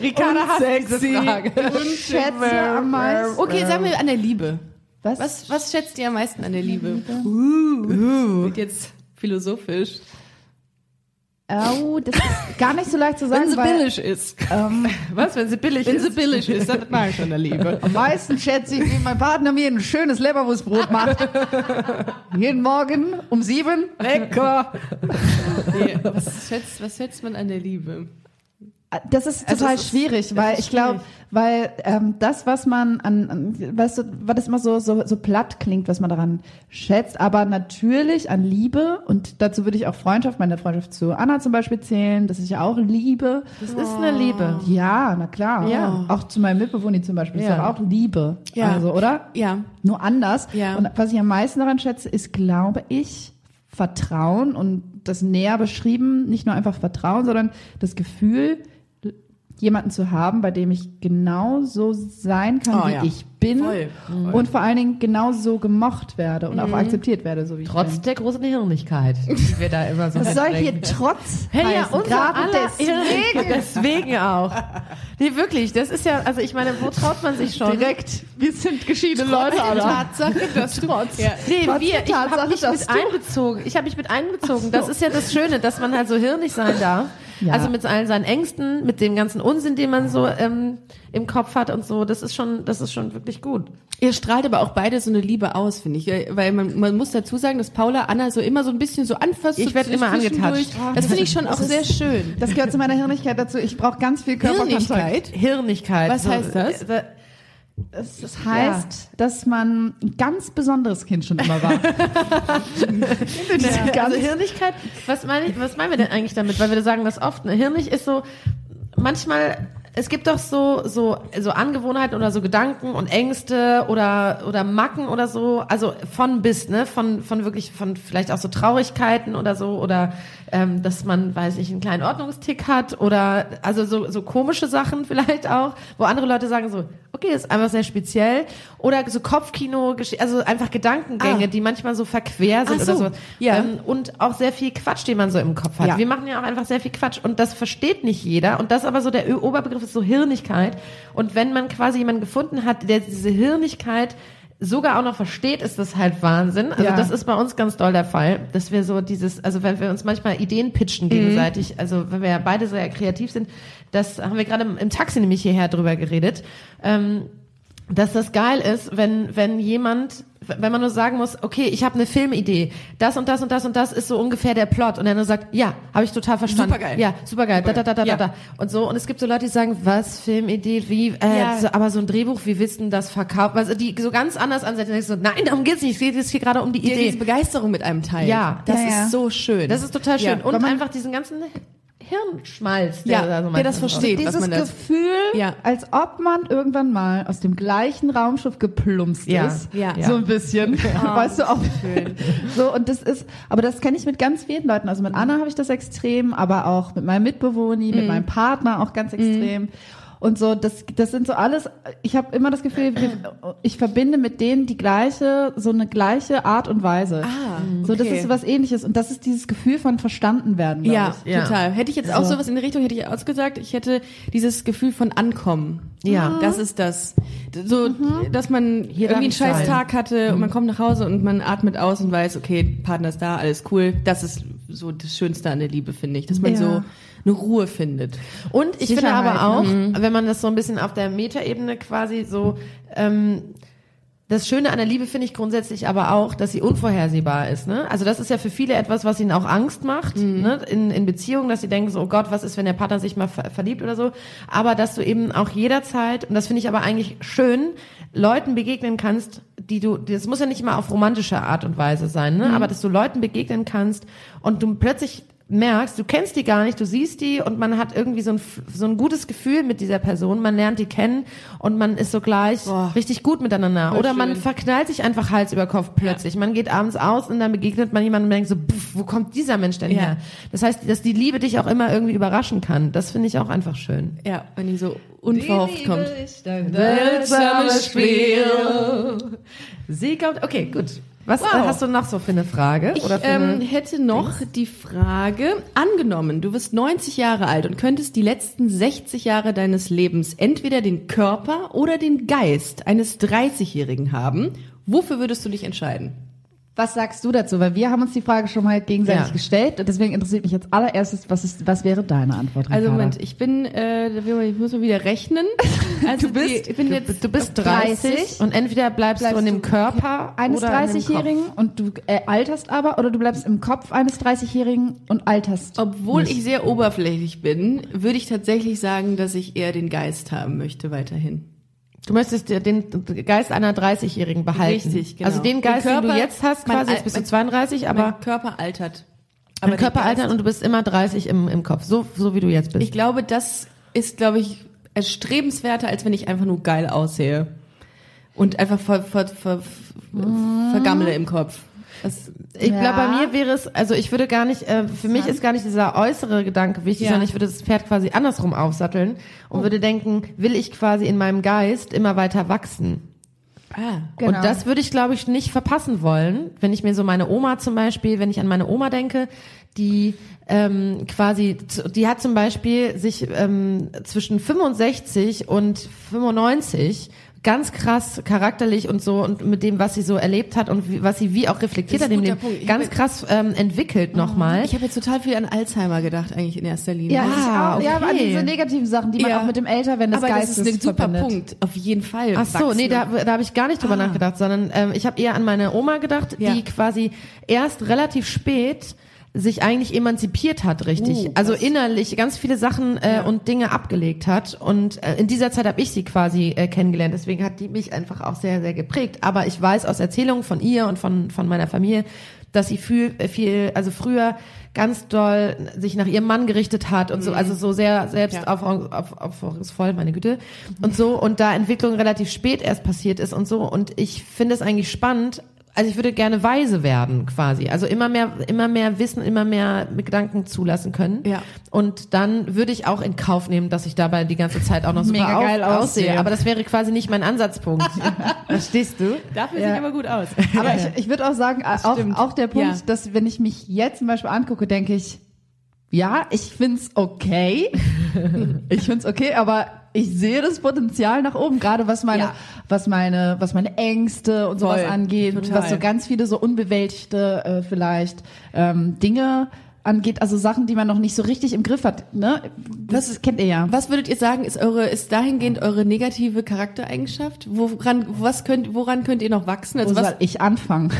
Speaker 2: Ricarda hat diese Frage.
Speaker 3: Ich schätze am meisten.
Speaker 1: Okay, sagen wir an der Liebe.
Speaker 3: Was?
Speaker 1: Was, was schätzt ihr am meisten an der Liebe? Uh, wird jetzt philosophisch.
Speaker 3: Au, das ist gar nicht so leicht zu sagen,
Speaker 1: Wenn sie
Speaker 3: weil
Speaker 1: billig ist.
Speaker 3: ähm,
Speaker 2: Was, wenn sie billig
Speaker 1: Wenn
Speaker 2: ist?
Speaker 1: sie billig ist, dann mag ich an der Liebe.
Speaker 3: am meisten schätze ich, wie mein Partner mir ein schönes Leberwurstbrot macht. Jeden Morgen um sieben.
Speaker 2: lecker.
Speaker 1: Nee, was, schätzt, was schätzt man an der Liebe?
Speaker 3: Das ist
Speaker 1: Also
Speaker 3: total
Speaker 1: es ist-
Speaker 3: schwierig, weil ich glaube, weil ähm, das, was man an, an weißt du, weil das immer so, so so platt klingt, was man daran schätzt, aber natürlich an Liebe und dazu würde ich auch Freundschaft, meine Freundschaft zu Anna zum Beispiel zählen, das ist ja auch Liebe.
Speaker 2: Das ist eine Liebe.
Speaker 3: Ja, na klar.
Speaker 2: Ja.
Speaker 3: Auch zu meinem Mitbewohner zum Beispiel, ist
Speaker 2: Ja.
Speaker 3: aber auch Liebe.
Speaker 1: Ja.
Speaker 3: Also, oder?
Speaker 1: Ja.
Speaker 3: Nur anders.
Speaker 1: Ja.
Speaker 3: Und was ich am meisten daran schätze, ist, glaube ich, Vertrauen und das näher beschrieben, nicht nur einfach Vertrauen, sondern das Gefühl, jemanden zu haben, bei dem ich genau so sein kann,
Speaker 1: Oh,
Speaker 3: wie
Speaker 1: ja.
Speaker 3: ich bin
Speaker 1: Voll. Mhm.
Speaker 3: und vor allen Dingen genau so gemocht werde und auch akzeptiert werde, so wie ich
Speaker 2: Trotz
Speaker 3: bin.
Speaker 2: der großen Hirnigkeit, die wir da immer so
Speaker 3: Was soll
Speaker 2: mitbringen.
Speaker 3: hier trotz
Speaker 2: Hey, ja,
Speaker 3: heißen?
Speaker 2: unser
Speaker 3: Gerade
Speaker 2: aller
Speaker 3: deswegen.
Speaker 2: deswegen. deswegen auch. Nee, wirklich, das ist ja, also ich meine, wo traut man sich schon?
Speaker 3: Direkt, wir sind geschiedene Leute,
Speaker 1: Die
Speaker 3: aber
Speaker 1: Tatsache, dass du...
Speaker 3: trotz.
Speaker 1: Ja.
Speaker 2: Nee,
Speaker 3: Trotz
Speaker 2: wir,
Speaker 3: der
Speaker 2: ich habe
Speaker 3: Tatsache,
Speaker 2: mich
Speaker 3: dass
Speaker 2: mit
Speaker 3: du-
Speaker 2: einbezogen. Ich habe mich mit einbezogen. Das ist ja das Schöne, dass man halt so hirnig sein darf.
Speaker 3: Ja.
Speaker 2: Also mit allen seinen Ängsten, mit dem ganzen Unsinn, den man so ähm, im Kopf hat und so. Das ist schon, das ist schon wirklich gut.
Speaker 1: Ihr strahlt aber auch beide so eine Liebe aus, finde ich. äh, Weil man, man muss dazu sagen, dass Paula Anna so immer so ein bisschen so anfasst.
Speaker 2: Ich
Speaker 1: so
Speaker 2: werd immer
Speaker 1: zwischendurch.
Speaker 2: angetatscht.
Speaker 1: Das finde ich schon auch sehr schön.
Speaker 3: Das gehört zu meiner Hirnigkeit dazu. Ich brauche ganz viel Körperkontakt.
Speaker 1: Hirnigkeit?
Speaker 2: Hirnigkeit.
Speaker 1: Was heißt das?
Speaker 2: äh,
Speaker 3: Das, das heißt, dass man ein ganz besonderes Kind schon immer war.
Speaker 2: Ja. Also Hirnigkeit, was meine ich, was meinen wir denn eigentlich damit? Weil wir sagen das oft, ne? Hirnig ist so, manchmal, es gibt doch so, so, so Angewohnheiten oder so Gedanken und Ängste oder, oder Macken oder so, also von bis, ne, von, von wirklich, von vielleicht auch so Traurigkeiten oder so oder, ähm, dass man, weiß ich, einen kleinen Ordnungstick hat oder, also so, so komische Sachen vielleicht auch, wo andere Leute sagen so, okay, okay, ist einfach sehr speziell. Oder so Kopfkino, Gesch- also einfach Gedankengänge,
Speaker 4: Ah.
Speaker 2: die manchmal so verquer sind
Speaker 4: Ach
Speaker 2: oder
Speaker 4: so,
Speaker 2: so.
Speaker 4: ja.
Speaker 2: Ähm, und auch sehr viel Quatsch, den man so im Kopf hat.
Speaker 4: Ja.
Speaker 2: Wir machen ja auch einfach sehr viel Quatsch und das versteht nicht jeder. Und das aber so der Ö- Oberbegriff ist so Hirnigkeit. Und wenn man quasi jemanden gefunden hat, der diese Hirnigkeit sogar auch noch versteht, ist das halt Wahnsinn. Also
Speaker 3: Ja.
Speaker 2: das ist bei uns ganz doll der Fall, dass wir so dieses, also wenn wir uns manchmal Ideen pitchen gegenseitig, also wenn wir ja beide sehr kreativ sind, das haben wir gerade im, im Taxi nämlich hierher drüber geredet, ähm, dass das geil ist, wenn, wenn jemand, wenn man nur sagen muss, okay, ich habe eine Filmidee, das und das und das und das ist so ungefähr der Plot und er nur sagt, ja, habe ich total verstanden.
Speaker 4: Supergeil.
Speaker 2: Ja, supergeil. Da, da, da, da,
Speaker 4: Ja.
Speaker 2: da, da. Und so, und es gibt so Leute, die sagen, was, Filmidee, wie, äh,
Speaker 4: Ja.
Speaker 2: so, aber so ein Drehbuch, wie willst du denn das verkaufen? Also die so ganz anders ansetzen, denkst du so, nein, darum geht's nicht, es geht jetzt hier gerade um die
Speaker 1: Dir diese
Speaker 2: Idee.
Speaker 1: Begeisterung mit einem Teil.
Speaker 2: Ja.
Speaker 1: das
Speaker 3: Ja, ja.
Speaker 1: ist so schön.
Speaker 2: Das ist total schön.
Speaker 1: Ja.
Speaker 2: und
Speaker 3: Wenn man-
Speaker 2: einfach diesen ganzen Hirnschmalz,
Speaker 1: ja,
Speaker 2: da so
Speaker 1: der
Speaker 2: meistens
Speaker 1: das
Speaker 2: ist.
Speaker 1: versteht, was
Speaker 3: Dieses
Speaker 1: man da
Speaker 3: Gefühl,
Speaker 1: Ja.
Speaker 3: als ob man irgendwann mal aus dem gleichen Raumschiff geplumpst
Speaker 2: Ja.
Speaker 3: ist.
Speaker 1: Ja. Oh,
Speaker 3: So ein bisschen. weißt du auch.
Speaker 1: schön.
Speaker 3: So, und das ist, aber das kenne ich mit ganz vielen Leuten. Also mit
Speaker 1: Mhm.
Speaker 3: Anna habe ich das extrem, aber auch mit meinem Mitbewohner, mit meinem Partner auch
Speaker 1: Mhm.
Speaker 3: ganz extrem. Und so, das, das sind so alles, ich habe immer das Gefühl, wir- ich verbinde mit denen die gleiche, so eine gleiche Art und Weise.
Speaker 1: Ah,
Speaker 3: So, das
Speaker 1: okay.
Speaker 3: ist so was ähnliches. Und das ist dieses Gefühl von verstanden werden. glaub
Speaker 1: Ja,
Speaker 3: ich.
Speaker 2: Ja. Also
Speaker 1: total. Hätte ich jetzt auch sowas in die Richtung, hätte ich auch gesagt, ich hätte dieses Gefühl von Ankommen. Mhm.
Speaker 2: Ja. Mhm.
Speaker 1: Das ist das. D- So, dass man
Speaker 2: Hier darf
Speaker 1: irgendwie einen
Speaker 2: ich
Speaker 1: scheiß
Speaker 2: sein. Mhm.
Speaker 1: Tag hatte und man kommt nach Hause und man atmet aus und weiß, okay, Partner ist da, alles cool. Das ist so das Schönste an der Liebe, finde ich, dass man
Speaker 3: Ja.
Speaker 1: so eine Ruhe findet.
Speaker 2: Und ich finde
Speaker 3: Sicherheit, mhm.
Speaker 2: aber auch, wenn man das so ein bisschen auf der Metaebene quasi so, ähm, das Schöne an der Liebe finde ich grundsätzlich aber auch, dass sie unvorhersehbar ist. Ne? Also das ist ja für viele etwas, was ihnen auch Angst macht ne? in, in Beziehungen, dass sie denken so, oh Gott, was ist, wenn der Partner sich mal ver verliebt oder so. Aber dass du eben auch jederzeit, und das finde ich aber eigentlich schön, Leuten begegnen kannst, die du, das muss ja nicht immer auf romantische Art und Weise sein, ne? aber dass du Leuten begegnen kannst und du plötzlich merkst, du kennst die gar nicht, du siehst die und man hat irgendwie so ein, f- so ein gutes Gefühl mit dieser Person, man lernt die kennen und man ist so gleich
Speaker 1: Boah.
Speaker 2: richtig gut miteinander. Oder man
Speaker 1: schön.
Speaker 2: verknallt sich einfach Hals über Kopf plötzlich. Man geht abends aus und dann begegnet man jemandem und denkt so, pff, wo kommt dieser Mensch denn
Speaker 1: Ja.
Speaker 2: her? Das heißt, dass die Liebe dich auch immer irgendwie überraschen kann. Das finde ich auch einfach schön.
Speaker 1: Ja, wenn die so unverhofft kommt.
Speaker 2: Seltsames Spiel. Sie kommt, okay, gut. Was
Speaker 1: Wow.
Speaker 2: äh, hast du noch so für eine Frage?
Speaker 1: Ich
Speaker 2: Oder für
Speaker 1: ähm,
Speaker 2: eine-
Speaker 1: hätte noch die Frage, angenommen, du wirst 90 Jahre alt und könntest die letzten 60 Jahre deines Lebens entweder den Körper oder den Geist eines 30-Jährigen haben, wofür würdest du dich entscheiden?
Speaker 3: Was sagst du dazu? Weil wir haben uns die Frage schon mal gegenseitig
Speaker 2: Ja.
Speaker 3: gestellt. Und deswegen interessiert mich jetzt allererstes, was, ist, was wäre deine Antwort?
Speaker 1: Also
Speaker 3: Ricarda?
Speaker 1: Moment, ich bin, äh, ich muss mal wieder rechnen. Also du bist, die, ich bin jetzt,
Speaker 2: du bist
Speaker 3: 30.
Speaker 2: 30, und entweder bleibst, du in dem Körper
Speaker 3: eines
Speaker 2: oder in dem Kopf.
Speaker 3: 30-Jährigen und du äh, alterst aber oder du bleibst im Kopf eines 30-Jährigen und alterst.
Speaker 1: obwohl ich sehr oberflächlich bin, würde ich tatsächlich sagen, dass ich eher den Geist haben möchte weiterhin.
Speaker 2: Du möchtest dir den Geist einer 30-Jährigen behalten.
Speaker 1: Richtig, genau.
Speaker 2: Also den Geist,
Speaker 1: Den
Speaker 2: den
Speaker 1: Körper-
Speaker 2: du jetzt hast,
Speaker 1: mein
Speaker 2: quasi,
Speaker 1: Al-
Speaker 2: jetzt bist du
Speaker 1: mein-
Speaker 2: 32,
Speaker 1: Aber
Speaker 2: aber
Speaker 1: mein Körper altert.
Speaker 2: im
Speaker 1: der
Speaker 2: Körper altern und du bist immer 30 im, im Kopf, so, so wie du jetzt bist.
Speaker 1: Ich glaube, das ist, glaube ich, erstrebenswerter, als wenn ich einfach nur geil aussehe. Und einfach ver, ver, ver, vergammle im Kopf. Das,
Speaker 2: Ich
Speaker 3: Ja.
Speaker 2: glaube, bei mir wäre es, also ich würde gar nicht, äh, für mich ist gar nicht dieser äußere Gedanke wichtig,
Speaker 1: Ja.
Speaker 2: sondern ich würde das Pferd quasi andersrum aufsatteln und würde denken, will ich quasi in meinem Geist immer weiter wachsen?
Speaker 1: ah,
Speaker 3: Genau.
Speaker 2: Und das würde ich, glaube ich, nicht verpassen wollen, wenn ich mir so meine Oma zum Beispiel, wenn ich an meine Oma denke, die ähm, quasi, zu- die hat zum Beispiel sich ähm, zwischen 65 und 95 ganz krass charakterlich und so und mit dem, was sie so erlebt hat und wie, was sie wie auch reflektiert
Speaker 1: Das
Speaker 2: hat,
Speaker 1: ist ein
Speaker 2: in
Speaker 1: guter
Speaker 2: dem
Speaker 1: Punkt. Ich
Speaker 2: ganz
Speaker 1: hab-
Speaker 2: krass ähm, entwickelt nochmal.
Speaker 1: ich habe jetzt total viel an Alzheimer gedacht, eigentlich in erster Linie.
Speaker 3: ja,
Speaker 2: Ah,
Speaker 3: ich auch. ja,
Speaker 2: okay.
Speaker 3: aber an diese negativen Sachen, die man
Speaker 1: Ja.
Speaker 3: auch mit dem Älterwerden des
Speaker 1: aber das
Speaker 3: Geistes
Speaker 1: ist ein super
Speaker 3: verbindet.
Speaker 1: Punkt, auf jeden Fall.
Speaker 2: Ach so,
Speaker 1: wachsen.
Speaker 2: nee, da, da habe ich gar nicht drüber nachgedacht, sondern ähm, ich habe eher an meine Oma gedacht,
Speaker 1: Ah. Ja.
Speaker 2: die quasi erst relativ spät sich eigentlich emanzipiert hat, richtig. also innerlich ganz viele Sachen äh, und Dinge abgelegt hat. Und äh, in dieser Zeit habe ich sie quasi äh, kennengelernt. Deswegen hat die mich einfach auch sehr, sehr geprägt. Aber ich weiß aus Erzählungen von ihr und von, von meiner Familie, dass sie viel, viel, also früher ganz doll sich nach ihrem Mann gerichtet hat und so, also so sehr selbst
Speaker 1: Ja.
Speaker 2: auf, auf, aufforderungsvoll, meine Güte. Und so, und da Entwicklung relativ spät erst passiert ist und so. Und ich finde es eigentlich spannend, also ich würde gerne weise werden quasi. Also immer mehr, immer mehr Wissen, immer mehr Gedanken zulassen können.
Speaker 1: Ja.
Speaker 2: Und dann würde ich auch in Kauf nehmen, dass ich dabei die ganze Zeit auch noch super
Speaker 3: Mega
Speaker 2: auf,
Speaker 3: geil aussehe.
Speaker 2: aussehe. Aber das wäre quasi nicht mein Ansatzpunkt. Verstehst du? Dafür
Speaker 3: Ja.
Speaker 2: ich aber gut aus.
Speaker 3: Aber ich, ich würde auch sagen, auch,
Speaker 1: stimmt.
Speaker 3: auch der Punkt,
Speaker 1: Ja.
Speaker 3: dass wenn ich mich jetzt zum Beispiel angucke, denke ich, ja, ich find's okay. ich find's okay, aber ich sehe das Potenzial nach oben, gerade was meine,
Speaker 1: Ja.
Speaker 3: was meine, was meine Ängste und sowas
Speaker 1: Voll.
Speaker 3: angeht,
Speaker 1: Total.
Speaker 3: was so ganz viele so unbewältigte äh, vielleicht ähm, Dinge angeht, also Sachen, die man noch nicht so richtig im Griff hat. Ne? Das kennt ihr ja.
Speaker 1: Was würdet ihr sagen, ist eure, ist dahingehend eure negative Charaktereigenschaft? Woran, was könnt, woran könnt ihr noch wachsen?
Speaker 3: Wo
Speaker 1: Also was,
Speaker 3: soll ich anfangen?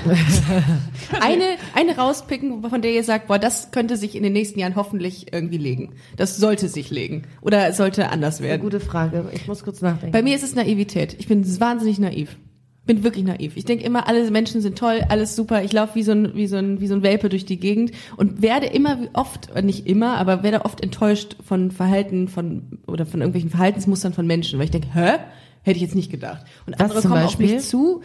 Speaker 1: eine, eine rauspicken, von der ihr sagt, boah, das könnte sich in den nächsten Jahren hoffentlich irgendwie legen. Das sollte sich legen. Oder es sollte anders werden.
Speaker 2: Gute Frage. Ich muss kurz nachdenken.
Speaker 1: Bei mir ist es Naivität. Ich bin wahnsinnig naiv. Bin wirklich naiv. Ich denke immer, alle Menschen sind toll, alles super. Ich laufe wie so ein wie so ein wie so ein Welpe durch die Gegend und werde immer wie oft äh, nicht immer, aber werde oft enttäuscht von Verhalten von oder von irgendwelchen Verhaltensmustern von Menschen, weil ich denke, hä, hätte ich jetzt nicht gedacht. Und
Speaker 2: Was
Speaker 1: andere
Speaker 2: zum
Speaker 1: kommen auf
Speaker 2: Beispiel?
Speaker 1: mich zu.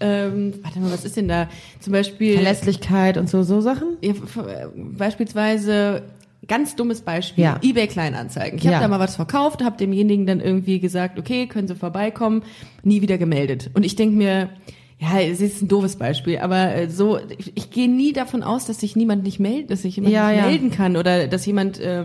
Speaker 1: Ähm, warte mal, was ist denn da? Zum Beispiel
Speaker 2: Verlässlichkeit und so, so Sachen?
Speaker 1: ja, f- äh, beispielsweise ganz dummes Beispiel
Speaker 2: Ja.
Speaker 1: eBay Kleinanzeigen. Ich habe
Speaker 2: Ja.
Speaker 1: da mal was verkauft, habe demjenigen dann irgendwie gesagt, okay, können Sie vorbeikommen, nie wieder gemeldet. Und ich denke mir, ja, es ist ein doofes Beispiel, aber äh, so ich, ich gehe nie davon aus, dass sich niemand nicht meldet, dass sich jemand
Speaker 2: Ja,
Speaker 1: nicht
Speaker 2: ja.
Speaker 1: melden kann oder dass jemand äh,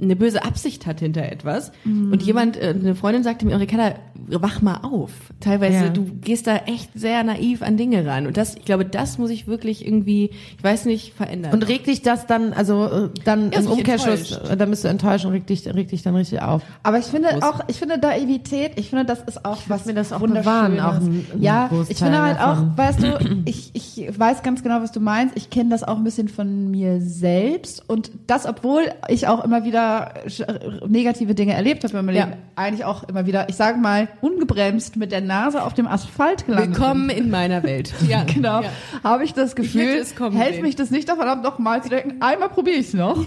Speaker 1: eine böse Absicht hat hinter etwas. Und jemand, äh, eine Freundin sagte mir, Ricarda, wach mal auf. Teilweise,
Speaker 2: Ja.
Speaker 1: du gehst da echt sehr naiv an Dinge ran. Und das, ich glaube, das muss ich wirklich irgendwie, ich weiß nicht, verändern.
Speaker 2: Und regt dich das dann, also äh, dann
Speaker 1: Ja,
Speaker 2: im
Speaker 1: so ich
Speaker 2: Umkehrschluss,
Speaker 1: enttäuscht.
Speaker 2: äh, dann bist du enttäuscht und regt dich, regt dich dann richtig auf.
Speaker 3: Aber ich finde auch, ich finde Naivität, ich finde, das ist auch was
Speaker 2: mir das auch
Speaker 3: Wunderschönes.
Speaker 2: bewahren, auch ein- ein
Speaker 3: ja,
Speaker 2: Großteil
Speaker 3: ich finde halt
Speaker 2: davon.
Speaker 3: auch, weißt du, ich, ich weiß ganz genau, was du meinst. Ich kenne das auch ein bisschen von mir selbst. Und das, obwohl ich auch immer wieder sch- negative Dinge erlebt habe in meinem
Speaker 1: Ja.
Speaker 3: Leben, eigentlich auch immer wieder, ich sage mal, ungebremst mit der Nase auf dem Asphalt gelandet
Speaker 1: Willkommen in meiner Welt. Ja,
Speaker 3: bin. Genau. Habe ich das Gefühl,
Speaker 1: möchte es kommen
Speaker 3: hält
Speaker 1: sehen.
Speaker 3: mich das nicht davon ab, noch mal zu denken, einmal probiere ich es noch.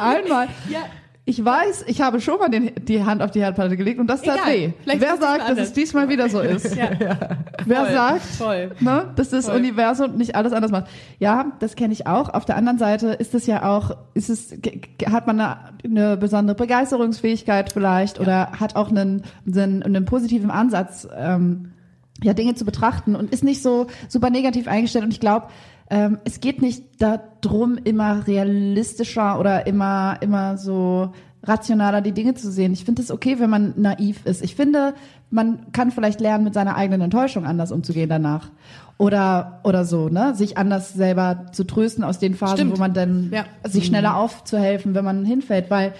Speaker 3: einmal.
Speaker 1: Ja.
Speaker 3: Ich weiß, ich habe schon mal den, die Hand auf die Herdplatte gelegt und das tat
Speaker 1: Egal.
Speaker 3: weh.
Speaker 1: Vielleicht
Speaker 3: Wer
Speaker 1: ist es mal
Speaker 3: sagt, dass
Speaker 1: anders.
Speaker 3: es diesmal wieder so ist? Wer sagt,
Speaker 1: Voll.
Speaker 3: ne, dass das
Speaker 1: Voll.
Speaker 3: Universum nicht alles anders macht? Ja, das kenne ich auch. Auf der anderen Seite ist es ja auch, ist es, ge- ge- hat man eine, eine besondere Begeisterungsfähigkeit vielleicht oder hat auch einen, einen, einen positiven Ansatz, ähm, ja, Dinge zu betrachten und ist nicht so super negativ eingestellt. Und ich glaube, ähm, es geht nicht darum, immer realistischer oder immer, immer so rationaler die Dinge zu sehen. Ich finde es okay, wenn man naiv ist. Ich finde, man kann vielleicht lernen, mit seiner eigenen Enttäuschung anders umzugehen danach. Oder, oder so, ne? Sich anders selber zu trösten aus den Phasen,
Speaker 1: Stimmt.
Speaker 3: wo man dann
Speaker 1: Ja.
Speaker 3: sich schneller aufzuhelfen, wenn man hinfällt. Weil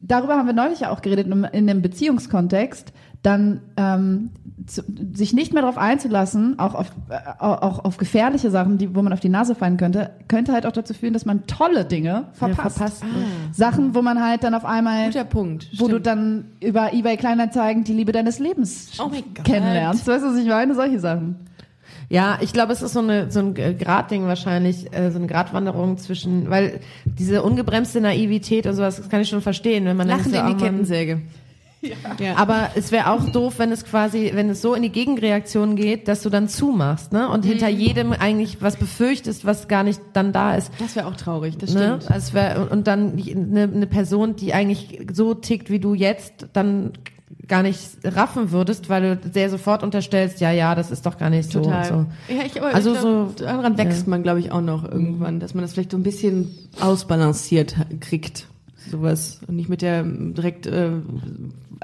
Speaker 3: darüber haben wir neulich ja auch geredet, in einem Beziehungskontext, dann ähm, zu, sich nicht mehr darauf einzulassen, auch auf, äh, auch auf gefährliche Sachen, die, wo man auf die Nase fallen könnte, könnte halt auch dazu führen, dass man tolle Dinge verpasst.
Speaker 2: verpasst.
Speaker 3: Sachen, wo man halt dann auf einmal,
Speaker 1: Guter Punkt.
Speaker 3: wo du dann über eBay Kleinanzeigen die Liebe deines Lebens
Speaker 1: Oh mein Gott.
Speaker 3: kennenlernst. Weißt du, was ich meine? Solche Sachen.
Speaker 2: Ja, ich glaube, es ist so, eine, so ein äh, Gradding wahrscheinlich, äh, so eine Gratwanderung zwischen, weil diese ungebremste Naivität und sowas, das kann ich schon verstehen, wenn man dann
Speaker 1: Lachend
Speaker 2: so,
Speaker 1: in
Speaker 2: ah,
Speaker 1: die
Speaker 2: Mann.
Speaker 1: Kettensäge. Ja.
Speaker 2: Aber es wäre auch doof, wenn es quasi, wenn es so in die Gegenreaktion geht, dass du dann zumachst, ne? Und hinter
Speaker 1: Mhm.
Speaker 2: jedem eigentlich was befürchtest, was gar nicht dann da ist.
Speaker 1: Das wäre auch traurig, das
Speaker 2: Ne?
Speaker 1: stimmt.
Speaker 2: Also es wär, und dann eine, eine Person, die eigentlich so tickt wie du jetzt, dann gar nicht raffen würdest, weil du sehr sofort unterstellst, ja, ja, das ist doch gar nicht so. und so.
Speaker 1: Ja, ich, aber
Speaker 2: Also
Speaker 1: ich glaub,
Speaker 2: so-
Speaker 1: daran wächst man, glaube ich, auch noch irgendwann, dass man das vielleicht so ein bisschen ausbalanciert ha- kriegt, sowas und nicht mit der ähm, direkt äh,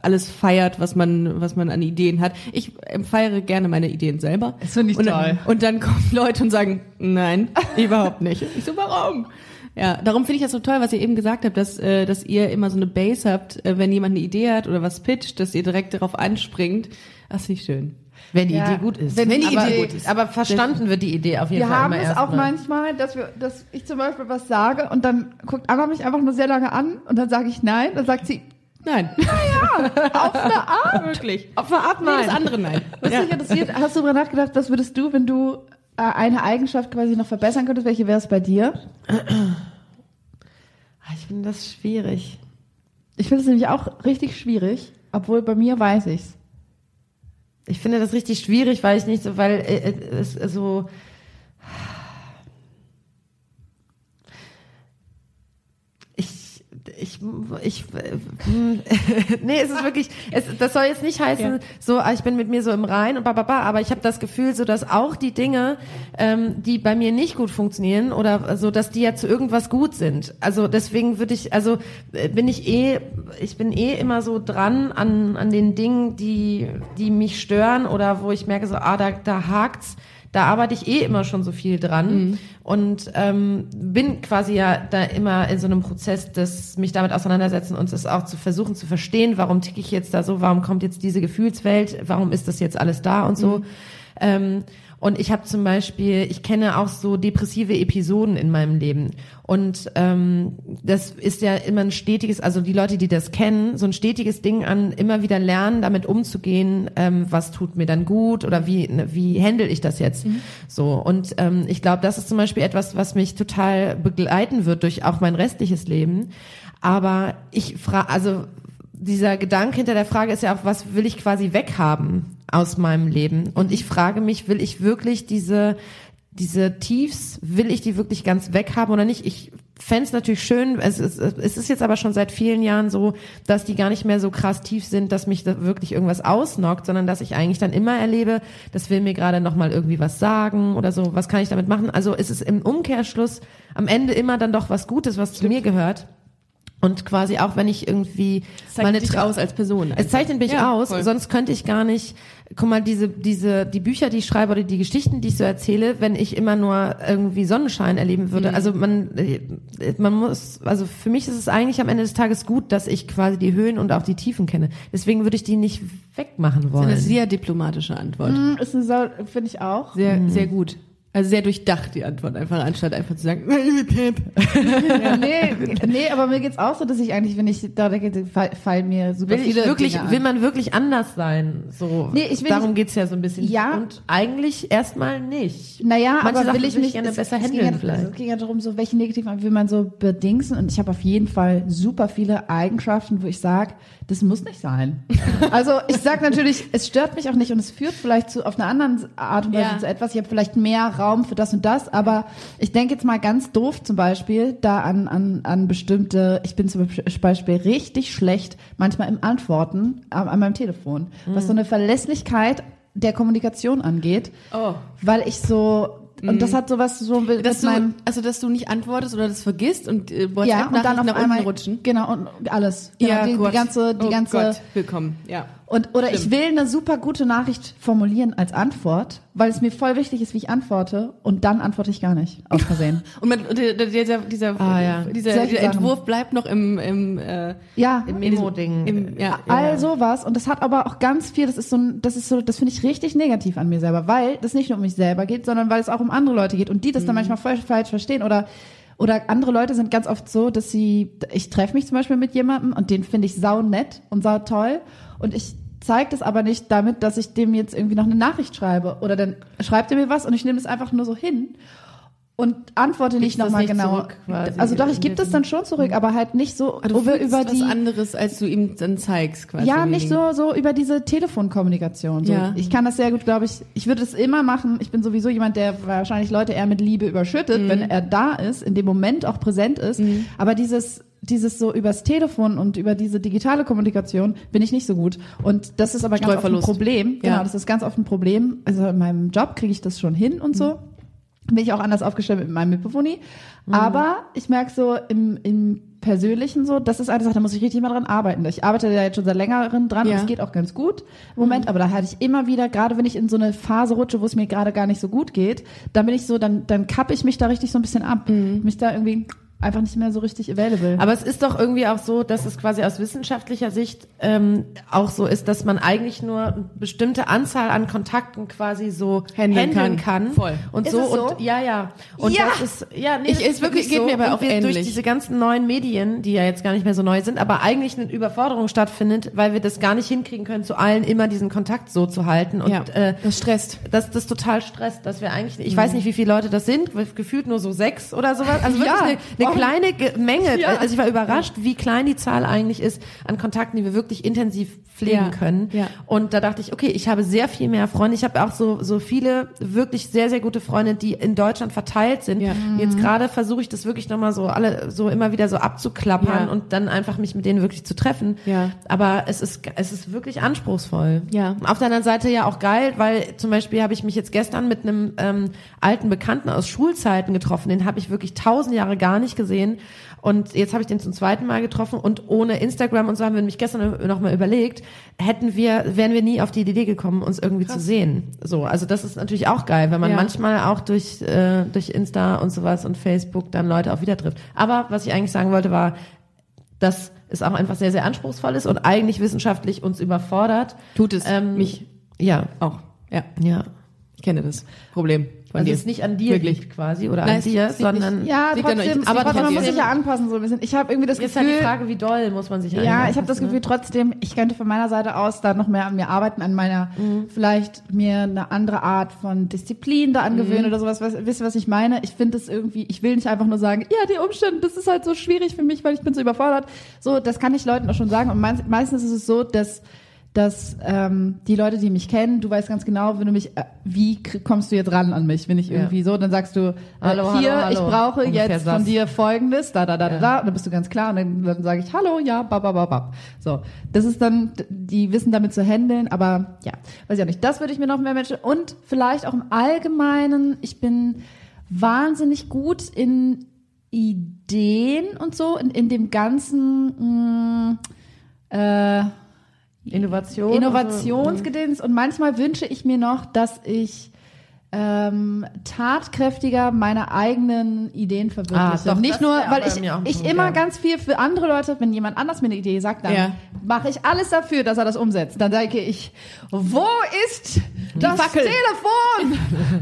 Speaker 1: alles feiert, was man was man an Ideen hat. Ich ähm, feiere gerne meine Ideen selber.
Speaker 3: Das finde ich
Speaker 1: und,
Speaker 3: toll.
Speaker 1: Und dann kommen Leute und sagen, nein, überhaupt nicht. Ich so, warum? Ja, darum finde ich das so toll, was ihr eben gesagt habt, dass, äh, dass ihr immer so eine Base habt, äh, wenn jemand eine Idee hat oder was pitcht, dass ihr direkt darauf anspringt. Das finde ich schön.
Speaker 2: Wenn die
Speaker 3: Ja.
Speaker 2: Idee gut ist. ne?
Speaker 3: Wenn die
Speaker 2: aber,
Speaker 3: Idee
Speaker 2: gut ist. Aber verstanden wird die Idee auf jeden
Speaker 3: Wir
Speaker 2: Fall.
Speaker 3: haben
Speaker 2: immer
Speaker 3: es
Speaker 2: erst
Speaker 3: auch
Speaker 2: mal.
Speaker 3: manchmal, dass wir, dass ich zum Beispiel was sage und dann guckt Anna mich einfach nur sehr lange an und dann sage ich nein, dann sagt sie, ah,
Speaker 1: Nein.
Speaker 3: auf eine Art.
Speaker 1: Wirklich.
Speaker 2: Auf eine Art
Speaker 1: Nein. Das
Speaker 2: nein.
Speaker 1: andere nein.
Speaker 3: Was mich interessiert, hast du darüber nachgedacht, was würdest du, wenn du äh, eine Eigenschaft quasi noch verbessern könntest, welche wäre es bei dir?
Speaker 2: Ah, Ich finde das schwierig.
Speaker 3: Ich finde es nämlich auch richtig schwierig, obwohl bei mir weiß ich's.
Speaker 2: Ich finde das richtig schwierig, weil ich nicht so, weil äh, äh, es äh, so. Ich, ich, ich, äh, hm. nee, es ist wirklich, es, das soll jetzt nicht heißen, so, ah, ich bin mit mir so im Rein und bababa, aber ich habe das Gefühl, so dass auch die Dinge, ähm, die bei mir nicht gut funktionieren oder so, dass die ja zu irgendwas gut sind. Also deswegen würde ich, also äh, bin ich eh, ich bin eh immer so dran an, an den Dingen, die, die mich stören oder wo ich merke, so, ah, da, da hakt's da arbeite ich eh immer schon so viel dran und ähm, bin quasi ja da immer in so einem Prozess, dass mich damit auseinandersetzen und es auch zu versuchen zu verstehen, warum ticke ich jetzt da so, warum kommt jetzt diese Gefühlswelt, warum ist das jetzt alles da und so. Ähm, und ich habe zum Beispiel, ich kenne auch so depressive Episoden in meinem Leben. Und ähm, das ist ja immer ein stetiges, also die Leute, die das kennen, so ein stetiges Ding an immer wieder lernen, damit umzugehen, ähm, was tut mir dann gut oder wie, ne, wie handle ich das jetzt? So. Und ähm, ich glaube, das ist zum Beispiel etwas, was mich total begleiten wird durch auch mein restliches Leben. Aber ich frage, also dieser Gedanke hinter der Frage ist ja auch, was will ich quasi weghaben aus meinem Leben? Und ich frage mich, will ich wirklich diese, diese Tiefs, will ich die wirklich ganz weghaben oder nicht? Ich fänd's natürlich schön, es ist, es ist jetzt aber schon seit vielen Jahren so, dass die gar nicht mehr so krass tief sind, dass mich da wirklich irgendwas ausnockt, sondern dass ich eigentlich dann immer erlebe, das will mir gerade nochmal irgendwie was sagen oder so, was kann ich damit machen? Also ist es im Umkehrschluss am Ende immer dann doch was Gutes, was zu mir gehört. Und quasi auch, wenn ich irgendwie
Speaker 1: Meine
Speaker 2: meine
Speaker 1: dich
Speaker 2: Tra-
Speaker 1: aus als Person.
Speaker 2: es zeichnet mich
Speaker 1: Ja,
Speaker 2: aus,
Speaker 1: voll.
Speaker 2: sonst könnte ich gar nicht. Guck mal, diese, diese, die Bücher, die ich schreibe oder die Geschichten, die ich so erzähle, wenn ich immer nur irgendwie Sonnenschein erleben würde. Also man, äh, man muss, also für mich ist es eigentlich am Ende des Tages gut, dass ich quasi die Höhen und auch die Tiefen kenne. Deswegen würde ich die nicht wegmachen
Speaker 1: eine
Speaker 2: wollen.
Speaker 1: sehr diplomatische Antwort.
Speaker 3: Hm, Ist eine Sau, finde ich auch.
Speaker 1: Sehr, sehr gut. Also sehr durchdacht die Antwort einfach, anstatt einfach zu sagen,
Speaker 3: nee, nee, aber mir geht's auch so, dass ich eigentlich, wenn ich da denke, fall- fallen mir super
Speaker 2: Will ich
Speaker 3: viele
Speaker 2: wirklich,
Speaker 3: Dinge an.
Speaker 2: will man wirklich anders sein? So,
Speaker 3: Nee, ich will
Speaker 2: darum
Speaker 3: nicht-
Speaker 2: geht's ja so ein bisschen.
Speaker 3: Ja.
Speaker 2: Und eigentlich erstmal nicht.
Speaker 3: Naja,
Speaker 2: Manche
Speaker 3: aber
Speaker 2: Sachen
Speaker 3: will ich
Speaker 2: würde ich
Speaker 3: mich
Speaker 2: gerne besser
Speaker 3: es,
Speaker 2: handeln
Speaker 3: es ging ja,
Speaker 2: vielleicht.
Speaker 3: Es ging ja darum, so welche Negativen will man so bedingsen und ich habe auf jeden Fall super viele Eigenschaften, wo ich sage, das muss nicht sein. also ich sage natürlich, es stört mich auch nicht und es führt vielleicht zu auf eine andere Art und Weise
Speaker 1: Ja.
Speaker 3: zu etwas. Ich habe vielleicht mehr Raum für das und das, aber ich denke jetzt mal ganz doof zum Beispiel da an an an bestimmte. Ich bin zum Beispiel richtig schlecht manchmal im Antworten an, an meinem Telefon,
Speaker 2: Mhm.
Speaker 3: was so eine Verlässlichkeit der Kommunikation angeht.
Speaker 1: Oh.
Speaker 3: Weil ich so, und das hat sowas so mit,
Speaker 1: Mhm. dass
Speaker 3: mit
Speaker 1: du,
Speaker 3: meinem,
Speaker 1: also dass du nicht antwortest oder das vergisst und äh,
Speaker 3: ja, und dann auf
Speaker 1: WhatsApp-Nachrichten nach
Speaker 3: einmal,
Speaker 1: unten rutschen.
Speaker 3: genau, und alles. Genau, die, die
Speaker 1: Gott.
Speaker 3: ganze, die
Speaker 1: oh
Speaker 3: ganze,
Speaker 1: Gott, willkommen, ja.
Speaker 3: und, oder ich
Speaker 1: Stimmt.
Speaker 3: will eine super gute Nachricht formulieren als Antwort, weil es mir voll wichtig ist, wie ich antworte, und dann antworte ich gar nicht, aus Versehen.
Speaker 1: Und man, und der, der- dieser, dieser,
Speaker 2: Ah, ja.
Speaker 1: dieser,
Speaker 3: Solche
Speaker 1: dieser
Speaker 3: Sachen.
Speaker 1: Entwurf bleibt noch im, im, äh,
Speaker 3: ja.
Speaker 1: im
Speaker 2: Memo-Ding.
Speaker 1: im- Ja.
Speaker 3: All sowas. Und das hat aber auch ganz viel, das ist so ein, das ist so, das finde ich richtig negativ an mir selber, weil das nicht nur um mich selber geht, sondern weil es auch um andere Leute geht und die
Speaker 2: Mhm.
Speaker 3: das dann manchmal voll falsch verstehen oder oder andere Leute sind ganz oft so, dass sie, ich treffe mich zum Beispiel mit jemandem und den finde ich sau nett und sau toll und ich zeige das aber nicht damit, dass ich dem jetzt irgendwie noch eine Nachricht schreibe oder dann schreibt er mir was und ich nehme es einfach nur so hin und antworte
Speaker 2: Gibst
Speaker 3: nicht
Speaker 2: das
Speaker 3: nochmal
Speaker 2: nicht
Speaker 3: genau.
Speaker 2: zurück quasi.
Speaker 3: also doch, ich gebe das dann schon zurück, aber halt nicht so
Speaker 2: Ah,
Speaker 1: Aber du
Speaker 3: über,
Speaker 1: fühlst
Speaker 3: über
Speaker 1: was
Speaker 3: die
Speaker 1: anderes, als du ihm dann zeigst, quasi.
Speaker 3: ja,
Speaker 1: im
Speaker 3: nicht
Speaker 1: Ding.
Speaker 3: so, so über diese Telefonkommunikation. So.
Speaker 1: Ja.
Speaker 3: Ich kann das sehr gut, glaube ich. Ich würde es immer machen. Ich bin sowieso jemand, der wahrscheinlich Leute eher mit Liebe überschüttet,
Speaker 1: Mhm.
Speaker 3: wenn er da ist, in dem Moment auch präsent ist. Aber dieses, dieses so übers Telefon und über diese digitale Kommunikation bin ich nicht so gut. Und das ist aber ganz oft ein
Speaker 1: Streuverlust.
Speaker 3: Problem. Genau,
Speaker 1: Ja.
Speaker 3: das ist ganz oft ein Problem. Also in meinem Job kriege ich das schon hin und so
Speaker 1: Mhm.
Speaker 3: bin ich auch anders aufgestellt mit meinem Mitbewohner. Aber ich merke so im, im Persönlichen so, das ist eine Sache, da muss ich richtig mal dran arbeiten. Ich arbeite da jetzt schon seit längerem dran
Speaker 1: Ja.
Speaker 3: und es geht auch ganz gut im Moment, aber da hatte ich immer wieder, gerade wenn ich in so eine Phase rutsche, wo es mir gerade gar nicht so gut geht, dann bin ich so, dann, dann kappe ich mich da richtig so ein bisschen ab.
Speaker 1: Mhm.
Speaker 3: Mich da irgendwie einfach nicht mehr so richtig available.
Speaker 2: Aber es ist doch irgendwie auch so, dass es quasi aus wissenschaftlicher Sicht ähm, auch so ist, dass man eigentlich nur eine bestimmte Anzahl an Kontakten quasi so
Speaker 1: Handeln
Speaker 2: handeln,
Speaker 1: kann.
Speaker 2: kann.
Speaker 1: Voll.
Speaker 2: Und
Speaker 3: Ist
Speaker 2: so,
Speaker 3: es so?
Speaker 2: und ja, ja. Und
Speaker 1: Ja!
Speaker 2: das ist ja nee,
Speaker 1: Ich-
Speaker 2: das
Speaker 1: es wirklich- geht mir aber
Speaker 2: Und
Speaker 1: auch
Speaker 2: wir
Speaker 1: ähnlich.
Speaker 2: durch diese ganzen neuen Medien, die ja jetzt gar nicht mehr so neu sind, aber eigentlich eine Überforderung stattfindet, weil wir das gar nicht hinkriegen können, zu allen immer diesen Kontakt so zu halten und
Speaker 1: Ja,
Speaker 2: äh,
Speaker 1: das stresst.
Speaker 2: dass das
Speaker 1: Mhm.
Speaker 2: total stresst, dass wir eigentlich, ich weiß nicht, wie viele Leute das sind, gefühlt nur so sechs oder sowas. Also wirklich
Speaker 3: Ja,
Speaker 2: eine, eine
Speaker 1: Oh.
Speaker 2: kleine Ge- Menge, also ich war überrascht, wie klein die Zahl eigentlich ist an Kontakten, die wir wirklich intensiv pflegen
Speaker 1: Ja.
Speaker 2: können.
Speaker 1: Ja.
Speaker 2: Und da dachte ich, okay, ich habe sehr viel mehr Freunde. Ich habe auch so, so viele wirklich sehr, sehr gute Freunde, die in Deutschland verteilt sind.
Speaker 1: Ja. Mhm.
Speaker 2: Und Jetzt gerade versuche ich das wirklich nochmal so alle, so immer wieder so abzuklappern
Speaker 1: Ja.
Speaker 2: und dann einfach mich mit denen wirklich zu treffen.
Speaker 1: Ja.
Speaker 2: Aber es ist, es ist wirklich anspruchsvoll.
Speaker 1: Ja.
Speaker 2: Auf der anderen Seite ja auch geil, weil zum Beispiel habe ich mich jetzt gestern mit einem ähm, alten Bekannten aus Schulzeiten getroffen. Den habe ich wirklich tausend Jahre gar nicht gesehen. Und jetzt habe ich den zum zweiten Mal getroffen und ohne Instagram und so haben wir nämlich gestern nochmal überlegt, hätten wir, wären wir nie auf die Idee gekommen, uns irgendwie zu sehen. So, also das ist natürlich auch geil, wenn man
Speaker 1: Ja.
Speaker 2: manchmal auch durch, äh, durch Insta und sowas und Facebook dann Leute auch wieder trifft. Aber was ich eigentlich sagen wollte war, dass es auch einfach sehr, sehr anspruchsvoll ist und eigentlich wissenschaftlich uns überfordert.
Speaker 1: Tut es
Speaker 2: Ähm,
Speaker 1: mich
Speaker 2: Ja,
Speaker 1: auch. Ja,
Speaker 2: ja.
Speaker 1: ich kenne das Problem von
Speaker 2: Also
Speaker 1: dir.
Speaker 2: es ist nicht an dir
Speaker 1: Wirklich.
Speaker 2: liegt quasi oder
Speaker 1: Nein,
Speaker 2: an
Speaker 1: es
Speaker 2: dir,
Speaker 1: liegt
Speaker 2: sondern
Speaker 3: Ja,
Speaker 1: Liegt ja noch-
Speaker 3: trotzdem,
Speaker 1: aber
Speaker 3: aber man
Speaker 1: trotzdem.
Speaker 3: muss sich ja anpassen so ein bisschen. Ich habe irgendwie das
Speaker 2: jetzt halt
Speaker 3: Gefühl,
Speaker 2: die Frage, wie doll muss man sich
Speaker 3: Ja,
Speaker 2: eigentlich
Speaker 3: ich habe das
Speaker 2: anpassen,
Speaker 3: Gefühl trotzdem, ich könnte von meiner Seite aus da noch mehr an mir arbeiten, an meiner, vielleicht mir eine andere Art von Disziplin da angewöhnen oder sowas. Was, wisst ihr, was ich meine? Ich finde es irgendwie, ich will nicht einfach nur sagen, ja, die Umstände, das ist halt so schwierig für mich, weil ich bin so überfordert. So, das kann ich Leuten auch schon sagen. Und meins- meistens ist es so, dass dass ähm, die Leute, die mich kennen, du weißt ganz genau, wenn du mich, äh, wie kr- kommst du jetzt ran an mich, wenn ich irgendwie so, dann sagst du, äh,
Speaker 2: Hallo,
Speaker 3: hier,
Speaker 2: hallo, hallo.
Speaker 3: ich brauche
Speaker 2: Ungefähr
Speaker 3: jetzt
Speaker 2: das.
Speaker 3: von dir folgendes, da, da, da, da, da, und dann bist du ganz klar und dann, dann sage ich, hallo, ja, bab, bab, bab, bab. So, das ist dann, die wissen damit zu handeln, aber ja, weiß ich auch nicht. Das würde ich mir noch mehr Menschen und vielleicht auch im Allgemeinen, ich bin wahnsinnig gut in Ideen und so, in, in dem ganzen, mm, mh, äh,
Speaker 2: Innovation.
Speaker 3: Innovationsgedöns und manchmal wünsche ich mir noch, dass ich ähm, tatkräftiger meine eigenen Ideen
Speaker 2: Ah,
Speaker 3: verwirkliche.
Speaker 2: doch,
Speaker 3: Nicht
Speaker 2: das
Speaker 3: nur,
Speaker 2: wär
Speaker 3: weil
Speaker 2: bei mir auch ein
Speaker 3: ich, ich
Speaker 2: Punkt,
Speaker 3: immer
Speaker 2: ja.
Speaker 3: ganz viel für andere Leute, wenn jemand anders mir eine Idee sagt, dann
Speaker 1: Ja.
Speaker 3: mache ich alles dafür, dass er das umsetzt. Dann denke ich, wo ist das
Speaker 1: Fackel.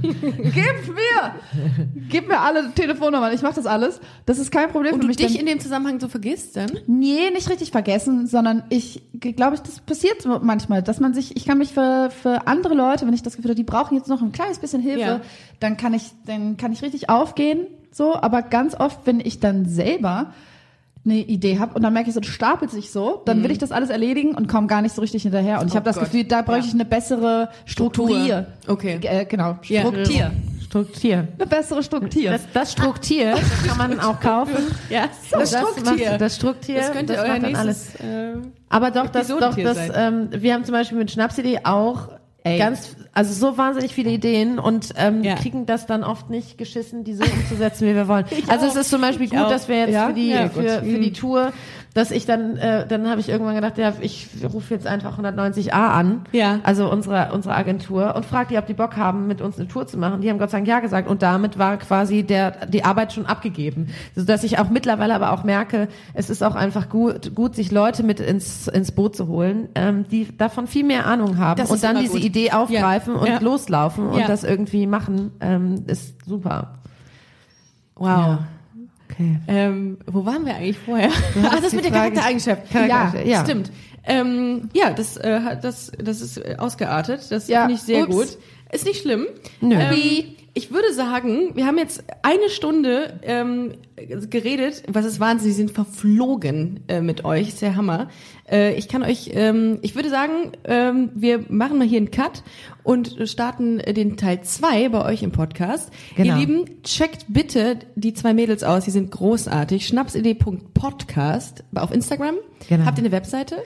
Speaker 3: Telefon? gib mir, gib mir alle Telefonnummern. Ich mache das alles. Das ist kein Problem
Speaker 1: Und
Speaker 3: für
Speaker 1: du
Speaker 3: mich.
Speaker 1: dich
Speaker 3: denn-
Speaker 1: in dem Zusammenhang so vergisst dann?
Speaker 3: Nee, nicht richtig vergessen, sondern ich glaube, ich, das passiert so manchmal, dass man sich, ich kann mich für, für andere Leute, wenn ich das Gefühl habe, die brauchen jetzt noch ein kleines bisschen Hilfe,
Speaker 1: Ja.
Speaker 3: dann kann ich, dann kann ich richtig aufgehen, so, aber ganz oft, wenn ich dann selber eine Idee habe und dann merke ich so, das stapelt sich so, dann will ich das alles erledigen und komme gar nicht so richtig hinterher. Und ich habe das
Speaker 1: Mhm. Oh Gott.
Speaker 3: Gefühl, da bräuchte
Speaker 1: Ja.
Speaker 3: ich eine bessere Struktur.
Speaker 1: Okay.
Speaker 3: Äh, genau,
Speaker 1: Ja.
Speaker 3: Struktur.
Speaker 2: Struktur.
Speaker 3: Eine bessere Struktur.
Speaker 2: Das, das Struktur das kann man auch kaufen.
Speaker 1: Ja, das, das
Speaker 2: macht-
Speaker 1: Das,
Speaker 2: Das Struktur.
Speaker 1: könnte
Speaker 2: das
Speaker 1: euer
Speaker 2: macht dann
Speaker 1: nächstes... Äh,
Speaker 2: Aber doch, das, doch,
Speaker 1: Episodentier
Speaker 2: das, ähm,
Speaker 1: sein.
Speaker 2: wir haben zum Beispiel mit Schnapsidee auch ganz, also so wahnsinnig viele Ideen und ähm,
Speaker 1: Ja.
Speaker 2: kriegen das dann oft nicht geschissen, die so umzusetzen, wie wir wollen. also es ist zum Beispiel gut,
Speaker 1: auch.
Speaker 2: dass wir jetzt
Speaker 1: Ja?
Speaker 2: für die,
Speaker 1: Ja, gut. Mhm.
Speaker 2: für, für die Tour, dass ich dann, äh, dann habe ich irgendwann gedacht, ja, ich rufe jetzt einfach 190a an,
Speaker 1: Ja.
Speaker 2: also unsere, unsere Agentur und frage die, ob die Bock haben, mit uns eine Tour zu machen. Die haben Gott sei Dank ja gesagt und damit war quasi der, die Arbeit schon abgegeben, sodass ich auch mittlerweile aber auch merke, es ist auch einfach gut, gut sich Leute mit ins, ins Boot zu holen, ähm, die davon viel mehr Ahnung haben
Speaker 1: Das
Speaker 2: und
Speaker 1: ist
Speaker 2: dann
Speaker 1: immer
Speaker 2: diese
Speaker 1: gut.
Speaker 2: Idee aufgreifen
Speaker 1: Ja.
Speaker 2: und
Speaker 1: Ja.
Speaker 2: loslaufen und
Speaker 1: Ja.
Speaker 2: das irgendwie machen, ähm, ist super.
Speaker 1: wow.
Speaker 2: Okay.
Speaker 1: Ähm, wo waren wir eigentlich vorher? Ach, das
Speaker 2: die
Speaker 1: mit der
Speaker 2: Frage-
Speaker 1: Charaktereigenschaft.
Speaker 2: Charakter-
Speaker 1: ja,
Speaker 2: ja.
Speaker 1: stimmt. Ähm, ja, das, äh, hat- das, das ist äh, ausgeartet. Das
Speaker 3: Ja.
Speaker 1: finde ich sehr
Speaker 3: Ups.
Speaker 1: gut. Ist nicht schlimm.
Speaker 2: Nö.
Speaker 1: Ähm, ich würde sagen, wir haben jetzt eine Stunde ähm, geredet. Was ist Wahnsinn? Sie sind verflogen äh, mit euch. Ist der Hammer. Äh, ich kann euch, ähm, ich würde sagen, ähm, wir machen mal hier einen Cut und starten äh, den Teil zwei bei euch im Podcast.
Speaker 2: Genau.
Speaker 1: Ihr Lieben, Checkt bitte die zwei Mädels aus, die sind großartig. Schnapsidee.podcast auf Instagram.
Speaker 2: Genau.
Speaker 1: Habt ihr eine Webseite?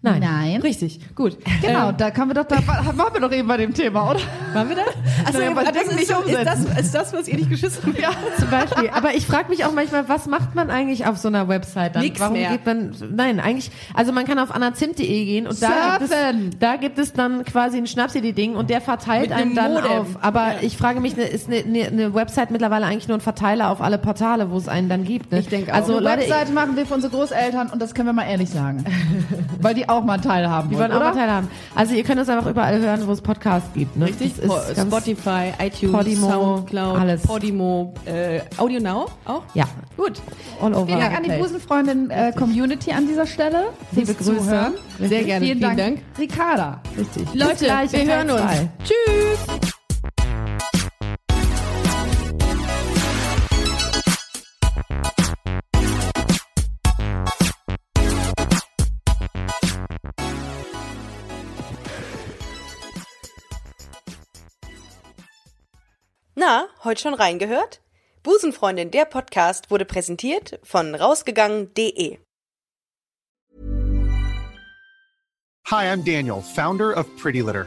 Speaker 2: Nein.
Speaker 3: Nein.
Speaker 1: Richtig, gut.
Speaker 3: Genau,
Speaker 1: Ähm,
Speaker 3: da können wir doch, da waren wir doch eben bei dem Thema, oder?
Speaker 1: waren wir da? Also,
Speaker 3: Naja, aber
Speaker 1: das
Speaker 3: denken
Speaker 1: ist,
Speaker 3: nicht
Speaker 1: so- ist, das,
Speaker 3: umsetzen.
Speaker 1: ist das, was ihr nicht geschissen habt? Ja.
Speaker 2: Zum Beispiel. Aber ich frage mich auch manchmal, was macht man eigentlich auf so einer Website dann?
Speaker 1: Nix
Speaker 2: Warum
Speaker 1: mehr.
Speaker 2: geht man? Nein, eigentlich. Also man kann auf anazimt.de gehen und da gibt,
Speaker 3: Surfen.
Speaker 2: es, da gibt es dann quasi ein Schnapsidee-Ding und der verteilt
Speaker 1: Mit
Speaker 2: einen
Speaker 1: einem
Speaker 2: dann
Speaker 1: Modem.
Speaker 2: auf. Aber ich frage mich, ne, ist eine ne, ne Website mittlerweile eigentlich nur ein Verteiler auf alle Portale, wo es einen dann gibt? Ne?
Speaker 1: Ich denk auch.
Speaker 2: Also
Speaker 3: Eine
Speaker 2: Leute, ich-
Speaker 3: Webseite machen wir für unsere Großeltern und das können wir mal ehrlich sagen. Weil die auch mal einen Teil haben
Speaker 2: die
Speaker 3: wollen,
Speaker 2: wollen auch
Speaker 3: oder?
Speaker 2: Verteiler haben. Also ihr könnt es einfach überall hören, wo es Podcasts gibt. Ne?
Speaker 1: Richtig,
Speaker 2: Das ist ganz-
Speaker 1: Spotify, iTunes,
Speaker 2: Podimo,
Speaker 1: Soundcloud,
Speaker 2: alles.
Speaker 1: Podimo, äh, Audio Now auch?
Speaker 2: Ja.
Speaker 1: Gut.
Speaker 2: All over.
Speaker 3: Vielen Dank an die
Speaker 2: Place.
Speaker 3: Busenfreundin-Community an dieser Stelle.
Speaker 2: Liebe
Speaker 3: fürs
Speaker 2: Grüße.
Speaker 3: Zuhören.
Speaker 1: Sehr gerne.
Speaker 3: Vielen Dank, Ricarda.
Speaker 2: Richtig.
Speaker 1: Leute,
Speaker 2: gleich
Speaker 1: wir
Speaker 2: in Teil
Speaker 1: hören uns.
Speaker 2: zwei.
Speaker 1: Tschüss.
Speaker 4: Na, heute schon reingehört? Busenfreundin, der Podcast wurde präsentiert von rausgegangen.de.
Speaker 5: Hi, I'm Daniel, founder of Pretty Litter.